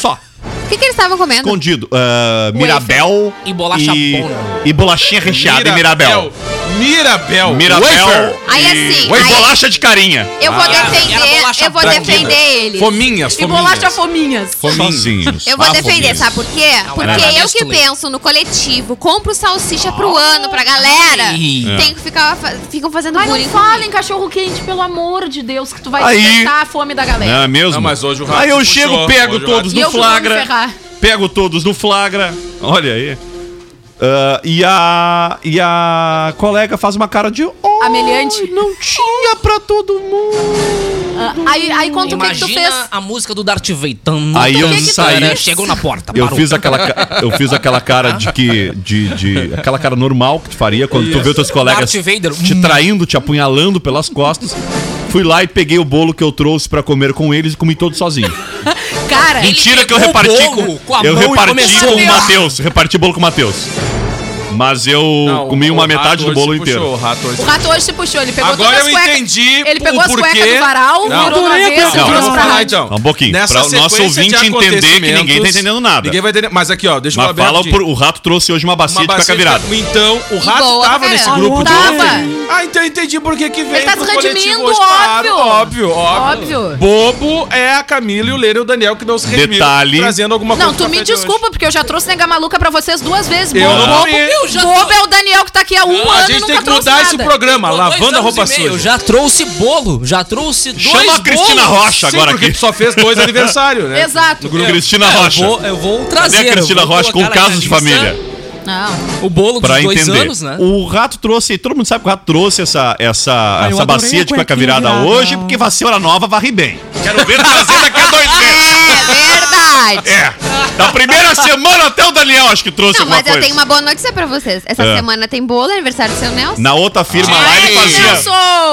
Speaker 4: Só.
Speaker 6: O que, que eles estavam comendo?
Speaker 4: Escondido. Ah, Mirabel.
Speaker 11: E bolacha bona.
Speaker 4: E bolachinha recheada.
Speaker 5: Mirabel. Mirabel.
Speaker 4: E Mirabel. Mirabel.
Speaker 6: Aí,
Speaker 4: e-
Speaker 6: assim,
Speaker 4: e
Speaker 6: aí-
Speaker 4: bolacha de carinha.
Speaker 6: Eu vou defender,
Speaker 11: bolacha
Speaker 6: eu vou
Speaker 11: branca.
Speaker 6: defender eles.
Speaker 5: Fominhas,
Speaker 8: E
Speaker 5: fominhas.
Speaker 8: bolacha fominhas.
Speaker 4: Sozinhos.
Speaker 6: Eu vou
Speaker 4: Ah,
Speaker 6: defender,
Speaker 4: fofinhos.
Speaker 6: sabe por quê?
Speaker 11: era
Speaker 6: Porque é
Speaker 11: da
Speaker 6: eu que
Speaker 11: Nestlé.
Speaker 6: penso no coletivo, compro salsicha pro ano pra galera.
Speaker 11: Ai.
Speaker 6: Tem que ficar, fa- ficam fazendo
Speaker 8: Mas não
Speaker 6: bullying.
Speaker 8: fala em cachorro quente, pelo amor de Deus, que tu vai
Speaker 4: Aí-
Speaker 8: despertar a fome da
Speaker 4: Não
Speaker 8: galera.
Speaker 4: é mesmo?
Speaker 5: Não, mas hoje o rato
Speaker 4: Aí eu
Speaker 5: puxou.
Speaker 4: chego, pego
Speaker 5: Hoje o
Speaker 4: todos
Speaker 5: rato-
Speaker 8: E eu
Speaker 4: no
Speaker 8: que vou me
Speaker 4: flagra.
Speaker 8: ferrar.
Speaker 4: Pego todos no flagra. Olha aí. Ah, e a e a colega faz uma cara de oh,
Speaker 8: Ameliante.
Speaker 4: não tinha pra todo mundo.
Speaker 8: Ah, Aí, aí conta o que que tu fez.
Speaker 11: Imagina a música do Darth Vader.
Speaker 4: Aí eu
Speaker 11: O que que tu
Speaker 4: saí.
Speaker 11: era? Chegou na porta,
Speaker 4: Eu
Speaker 11: parou.
Speaker 4: fiz aquela ca- eu fiz aquela cara de que de, de aquela cara normal que tu faria quando tu vê os teus colegas
Speaker 11: Darth Vader.
Speaker 4: te
Speaker 11: Hum.
Speaker 4: traindo, te apunhalando pelas costas. Fui lá e peguei o bolo que eu trouxe pra comer com eles e comi todo sozinho.
Speaker 8: Cara,
Speaker 11: É, Ele
Speaker 4: Mentira que eu
Speaker 11: pegou o
Speaker 4: reparti com,
Speaker 11: bolo com a
Speaker 4: eu
Speaker 11: mão e
Speaker 4: reparti
Speaker 11: começou
Speaker 4: com
Speaker 11: a
Speaker 4: o
Speaker 11: pegar.
Speaker 4: Matheus, reparti bolo com o Matheus. Mas eu
Speaker 5: Não,
Speaker 4: comi
Speaker 5: o-
Speaker 4: uma
Speaker 5: o rato
Speaker 4: metade do
Speaker 5: hoje
Speaker 4: bolo
Speaker 5: se puxou,
Speaker 4: inteiro.
Speaker 5: o rato hoje
Speaker 8: o
Speaker 5: se
Speaker 8: rato hoje se puxou, ele pegou
Speaker 5: Agora
Speaker 8: todas as
Speaker 5: eu
Speaker 8: cuecas.
Speaker 5: entendi
Speaker 8: Ele
Speaker 5: o
Speaker 8: pegou as cuecas
Speaker 5: porquê.
Speaker 8: do varal,
Speaker 5: Não.
Speaker 8: virou na vez,
Speaker 4: Não,
Speaker 8: trouxe
Speaker 5: vamos
Speaker 8: pra
Speaker 5: falar
Speaker 8: rádio.
Speaker 5: então.
Speaker 4: Um pouquinho,
Speaker 5: Nessa
Speaker 4: pra o nosso
Speaker 5: sequência de
Speaker 4: ouvinte entender que ninguém tá
Speaker 5: acontecimentos,
Speaker 4: entendendo nada.
Speaker 5: Ninguém vai entender. Mas aqui, ó, deixa eu
Speaker 4: Mas
Speaker 5: falar bem
Speaker 4: fala,
Speaker 5: rapidinho.
Speaker 4: por, o rato trouxe hoje uma bacia,
Speaker 5: Uma
Speaker 4: de
Speaker 5: bacia
Speaker 4: caca virada.
Speaker 5: de- Então, o rato
Speaker 6: boa pra
Speaker 5: tava nesse
Speaker 6: caramba.
Speaker 5: grupo de
Speaker 8: Tava.
Speaker 5: ontem. Ah, então eu entendi por que que veio
Speaker 8: Ele tá
Speaker 5: pro
Speaker 8: se
Speaker 5: coletivo
Speaker 8: redimindo,
Speaker 5: hoje. Claro,
Speaker 8: óbvio.
Speaker 5: óbvio, óbvio.
Speaker 8: Óbvio.
Speaker 5: Bobo é a Camila e o Leira e o Daniel que não se redimiram.
Speaker 4: Detalhe.
Speaker 5: Trazendo alguma coisa
Speaker 8: Não, tu
Speaker 5: pra
Speaker 8: me
Speaker 5: frente hoje.
Speaker 8: desculpa, porque eu já trouxe nega maluca pra vocês duas vezes.
Speaker 5: Eu
Speaker 8: bobo.
Speaker 5: não
Speaker 8: bobo,
Speaker 5: comi. Eu
Speaker 11: já
Speaker 8: bobo
Speaker 11: tô-
Speaker 8: é o Daniel que tá aqui há um ano
Speaker 5: A
Speaker 8: e
Speaker 5: gente
Speaker 8: nunca
Speaker 5: tem que
Speaker 8: trouxe
Speaker 5: mudar
Speaker 8: nada.
Speaker 5: esse programa,
Speaker 11: Dois
Speaker 5: lavando a
Speaker 11: anos
Speaker 5: roupa
Speaker 11: e meio,
Speaker 5: suja.
Speaker 11: Já trouxe bolo, já trouxe dois
Speaker 4: Chama a Cristina
Speaker 11: bolos.
Speaker 4: Rocha
Speaker 5: Sim,
Speaker 4: agora
Speaker 5: porque
Speaker 4: aqui.
Speaker 5: tu só fez dois aniversários, né?
Speaker 8: Exato.
Speaker 4: Grupo Cristina
Speaker 11: É, eu
Speaker 4: Rocha.
Speaker 11: vou- Eu vou, trazer.
Speaker 4: Cadê a
Speaker 11: eu
Speaker 4: Cristina
Speaker 11: vou
Speaker 4: Rocha com
Speaker 11: colocar na
Speaker 4: casos de
Speaker 11: lista
Speaker 4: família?
Speaker 8: Não.
Speaker 11: O bolo dos
Speaker 4: Pra
Speaker 11: dois
Speaker 4: entender.
Speaker 11: anos, né?
Speaker 4: O rato trouxe, todo mundo sabe que o rato trouxe essa, essa, essa bacia de cueca virada, hoje, porque vassoura nova varre bem. Quero ver trazer daqui a dois meses.
Speaker 6: É verdade.
Speaker 4: É. Da primeira semana até o Daniel acho que trouxe
Speaker 6: Não,
Speaker 4: alguma
Speaker 6: mas
Speaker 4: coisa.
Speaker 6: eu tenho uma boa notícia pra vocês. Essa
Speaker 4: É.
Speaker 6: semana tem bolo, aniversário do seu Nelson.
Speaker 4: Na outra firma
Speaker 5: é
Speaker 4: lá ele
Speaker 8: Ei,
Speaker 4: fazia.
Speaker 6: um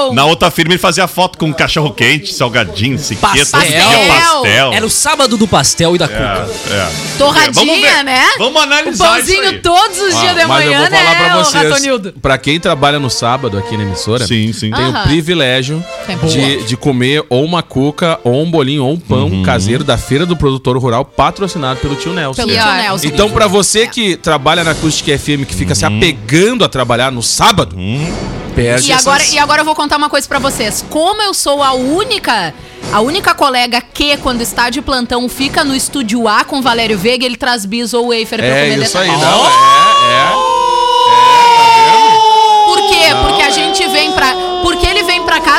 Speaker 8: Nelson!
Speaker 4: Na outra firma ele fazia foto com cachorro quente, salgadinho,
Speaker 11: Pastel.
Speaker 4: siqueta, pastel. pastel.
Speaker 11: Era o sábado do pastel e da cuca.
Speaker 4: É, é. Vamos
Speaker 8: Torradinha,
Speaker 4: ver.
Speaker 8: né?
Speaker 4: Vamos
Speaker 5: é
Speaker 8: O
Speaker 4: analisar isso
Speaker 8: pãozinho
Speaker 4: aí.
Speaker 8: todos os dias de
Speaker 5: Ah, mas eu
Speaker 8: manhã,
Speaker 5: vou falar
Speaker 8: né,
Speaker 5: pra
Speaker 8: ô
Speaker 5: vocês.
Speaker 8: Ratonildo?
Speaker 5: Pra quem trabalha no sábado aqui na emissora,
Speaker 4: Sim, sim.
Speaker 5: tem
Speaker 8: Aham.
Speaker 5: o privilégio
Speaker 8: Sempre
Speaker 5: de,
Speaker 8: bom.
Speaker 5: de comer ou uma cuca, ou um bolinho, ou um pão
Speaker 4: Uhum.
Speaker 5: caseiro da Feira do Produtor Rural, patrocinado pelo tio Nelson.
Speaker 8: Pelo
Speaker 6: E
Speaker 8: tio
Speaker 6: ó,
Speaker 8: Nelson.
Speaker 5: Então, pra você que trabalha na Acústica FM, que fica se
Speaker 4: Uhum.
Speaker 5: apegando a trabalhar no sábado, perde
Speaker 8: E agora,
Speaker 5: essas-
Speaker 8: e agora eu vou contar uma coisa pra vocês. Como eu sou a única, a única colega que, quando está de plantão, fica no estúdio A com Valério Veiga, ele traz bis ou wafer pra eu
Speaker 5: É
Speaker 8: comer
Speaker 5: isso aí,
Speaker 8: depois.
Speaker 5: não, é, é.
Speaker 8: Por quê? Porque a gente vem pra cá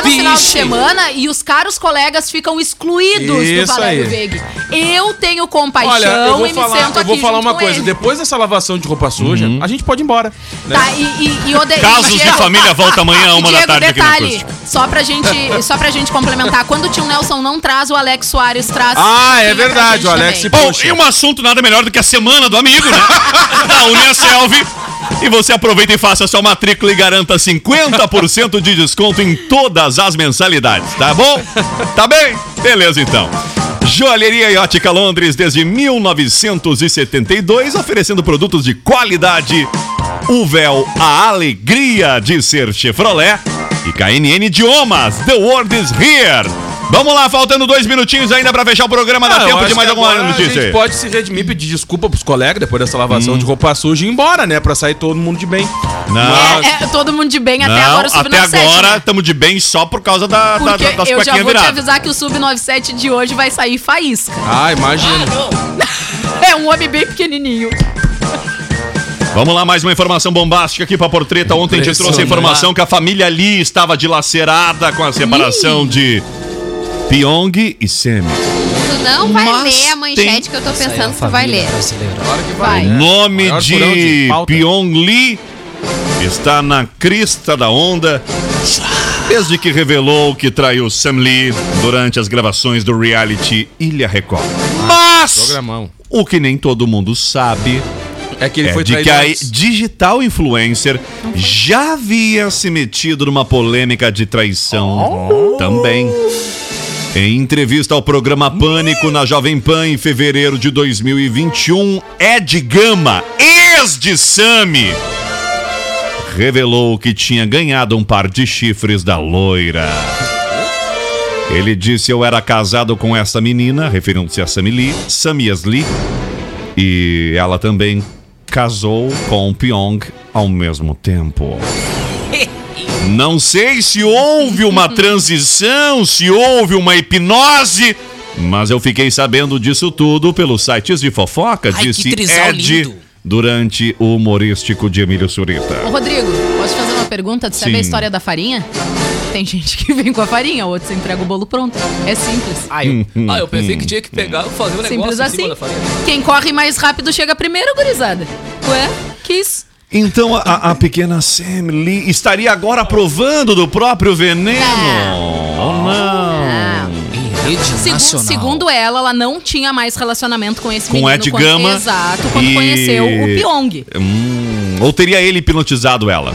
Speaker 8: no final de
Speaker 7: Piche.
Speaker 8: semana e os caros colegas ficam excluídos do
Speaker 5: Isso
Speaker 8: Valério
Speaker 5: aí.
Speaker 8: Veig. Eu tenho compaixão
Speaker 5: Olha, eu vou
Speaker 8: e me
Speaker 5: falar,
Speaker 8: sento
Speaker 5: eu
Speaker 8: aqui
Speaker 5: vou falar
Speaker 8: junto
Speaker 5: uma
Speaker 8: com
Speaker 5: coisa.
Speaker 8: ele.
Speaker 5: Depois dessa lavação de roupa suja,
Speaker 4: Uhum.
Speaker 5: a gente pode ir embora. né?
Speaker 8: Tá, e, e, e odeio-
Speaker 4: Casos de
Speaker 8: Diego, tá,
Speaker 4: família volta amanhã, uma da
Speaker 8: Diego,
Speaker 4: tarde aqui na
Speaker 8: detalhe,
Speaker 4: Acústica.
Speaker 8: só pra gente, só pra gente complementar, quando o tio Nelson não traz, o Alex Soares traz.
Speaker 5: Ah, é
Speaker 8: Fica pra
Speaker 5: verdade,
Speaker 8: gente
Speaker 5: o Alex
Speaker 8: também.
Speaker 4: Bom,
Speaker 5: Puxa.
Speaker 4: e um assunto nada melhor do que a semana do amigo, né? da Uniaselv. E você aproveita e faça sua matrícula e garanta 50% de desconto em todas as mensalidades, tá bom? Tá bem? Beleza então. Joalheria e Ótica Londres desde 1972, oferecendo produtos de qualidade. O véu, a alegria de ser Chevrolet. E KNN Idiomas, The World is Here. Vamos lá, faltando dois minutinhos ainda pra fechar o programa. Dá
Speaker 5: Ah, eu
Speaker 4: tempo
Speaker 5: acho
Speaker 4: de mais
Speaker 5: que
Speaker 4: alguma
Speaker 5: agora
Speaker 4: notícia
Speaker 5: A
Speaker 4: aí. Hum.
Speaker 5: gente pode se redimir, pedir desculpa pros colegas depois dessa lavação de roupa suja e ir embora, né? Pra sair todo mundo de bem.
Speaker 4: Não.
Speaker 8: É, é, todo mundo de bem, até
Speaker 4: Não,
Speaker 8: agora o Sub
Speaker 4: até
Speaker 8: 97.
Speaker 4: agora
Speaker 8: né?
Speaker 4: estamos de bem só por causa da, da,
Speaker 8: Porque
Speaker 4: da, das
Speaker 8: eu já
Speaker 4: cuequinhas
Speaker 8: vou te
Speaker 4: viradas.
Speaker 8: avisar que o Sub 97 de hoje vai sair faísca.
Speaker 5: Ah, imagina.
Speaker 8: É um homem bem pequenininho.
Speaker 4: Vamos lá, mais uma informação bombástica aqui pra Portreta. Ontem a gente trouxe a informação que a família Lee estava dilacerada com a separação de Pyong e Semi.
Speaker 6: Tu não vai
Speaker 4: Mas
Speaker 6: ler a manchete
Speaker 4: tem-
Speaker 6: que eu tô pensando que tu vai ler.
Speaker 8: Vai.
Speaker 4: Nome
Speaker 5: Maior furão de
Speaker 4: de
Speaker 5: pauta.
Speaker 4: Pyong Lee está na crista da onda desde que revelou que traiu Sam Lee durante as gravações do reality Ilha Record. Mas
Speaker 5: Programão.
Speaker 4: o que nem todo mundo sabe
Speaker 5: É que ele
Speaker 4: é
Speaker 5: foi
Speaker 4: de
Speaker 5: traído
Speaker 4: que a
Speaker 5: antes.
Speaker 4: digital influencer já havia se metido numa polêmica de traição
Speaker 5: Oh.
Speaker 4: também. Em entrevista ao programa Pânico na Jovem Pan em fevereiro de 2021, Ed Gama, ex de Sami, revelou que tinha ganhado um par de chifres da loira. Ele disse: Eu era casado com essa menina, referindo-se a Sami Lee, Samias Lee, e ela também casou com Pyong ao mesmo tempo. Não sei se houve uma transição, se houve uma hipnose, mas eu fiquei sabendo disso tudo pelos sites de fofoca,
Speaker 7: Ai, que
Speaker 4: disse
Speaker 7: trisal
Speaker 4: Ed
Speaker 7: lindo.
Speaker 4: durante o humorístico de Emílio Surita.
Speaker 8: Ô, Rodrigo, posso te fazer uma pergunta? Tu sabe
Speaker 4: Sim.
Speaker 8: a história da farinha? Tem gente que vem com a farinha, outros entrega o bolo pronto. É simples.
Speaker 11: Ah, eu, ah, eu pensei que tinha que pegar, fazer um negócio em
Speaker 8: Simples
Speaker 11: cima
Speaker 8: assim.
Speaker 11: da farinha.
Speaker 8: Quem corre mais rápido chega primeiro, gurizada. Ué? Quis.
Speaker 4: Então a, a pequena Sam Lee estaria agora provando do próprio veneno? Ou não?
Speaker 11: Em rede
Speaker 8: Segu-
Speaker 11: nacional.
Speaker 8: segundo ela, ela não tinha mais relacionamento com esse
Speaker 4: Com
Speaker 8: menino.
Speaker 4: Ed
Speaker 8: quando-
Speaker 4: Gama
Speaker 8: Exato, quando
Speaker 4: e-
Speaker 8: conheceu o Pyong.
Speaker 4: Hum, ou teria ele hipnotizado ela?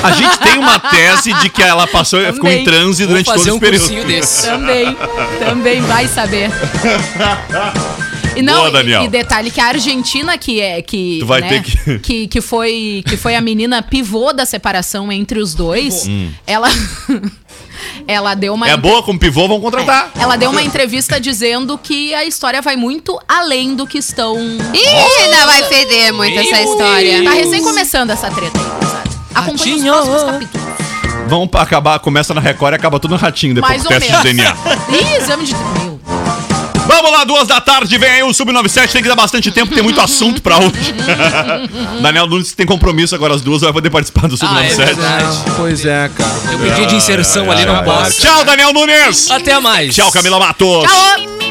Speaker 4: A gente tem uma tese de que ela passou e ficou
Speaker 8: Também.
Speaker 4: em transe
Speaker 11: Vou
Speaker 4: durante todo
Speaker 11: fazer
Speaker 4: esse
Speaker 11: um
Speaker 4: período.
Speaker 11: cursinho desse.
Speaker 8: Também, também vai saber. E não,
Speaker 4: Boa,
Speaker 8: e-
Speaker 4: Daniel.
Speaker 8: E, detalhe que a Argentina que é que
Speaker 4: Tu vai
Speaker 8: né,
Speaker 4: ter que-
Speaker 8: que que foi que foi a menina pivô da separação entre os dois. Ela ela deu uma
Speaker 4: Hum. É boa tá? com pivô, vão contratar.
Speaker 8: ela deu uma entrevista dizendo que a história vai muito além do que estão
Speaker 6: Ih, ainda vai feder muito essa história.
Speaker 8: Tá recém começando essa treta aí, gurizada. Acompanhe os
Speaker 11: Ratinho.
Speaker 8: próximos capítulos.
Speaker 11: É.
Speaker 4: Vão pra acabar, começa na Record e acaba tudo no ratinho depois
Speaker 8: Mais
Speaker 4: do
Speaker 8: ou
Speaker 4: teste de DNA.
Speaker 8: menos. Ih, exame de. Meu.
Speaker 4: Vamos lá, duas da tarde, vem aí o Sub-97, tem que dar bastante tempo, tem muito assunto pra hoje. Daniel Nunes tem compromisso agora às duas, vai poder participar
Speaker 11: é
Speaker 4: do Sub-97.
Speaker 5: Ah, pois é, cara.
Speaker 11: Eu pedi de inserção ali, não posso.
Speaker 4: Tchau, Daniel
Speaker 11: ah.
Speaker 4: Nunes!
Speaker 11: Até mais.
Speaker 4: Tchau, Camila Matos!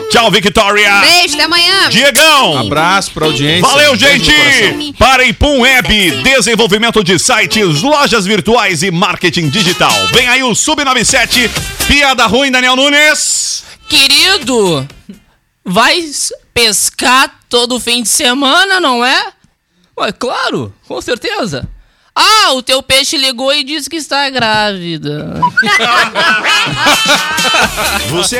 Speaker 4: Tchau, Victoria!
Speaker 6: Beijo, até amanhã.
Speaker 4: Diegão!
Speaker 5: Abraço pra audiência.
Speaker 4: Valeu,
Speaker 5: Beijo no coração.
Speaker 4: gente! Para Ipum Web, desenvolvimento de sites, lojas virtuais e marketing digital. Vem aí o Sub97, piada ruim, Daniel Nunes.
Speaker 11: Querido, vai s- pescar todo fim de semana, não é? Ué, claro, com certeza. Ah, o teu peixe ligou e disse que está grávida.
Speaker 4: Você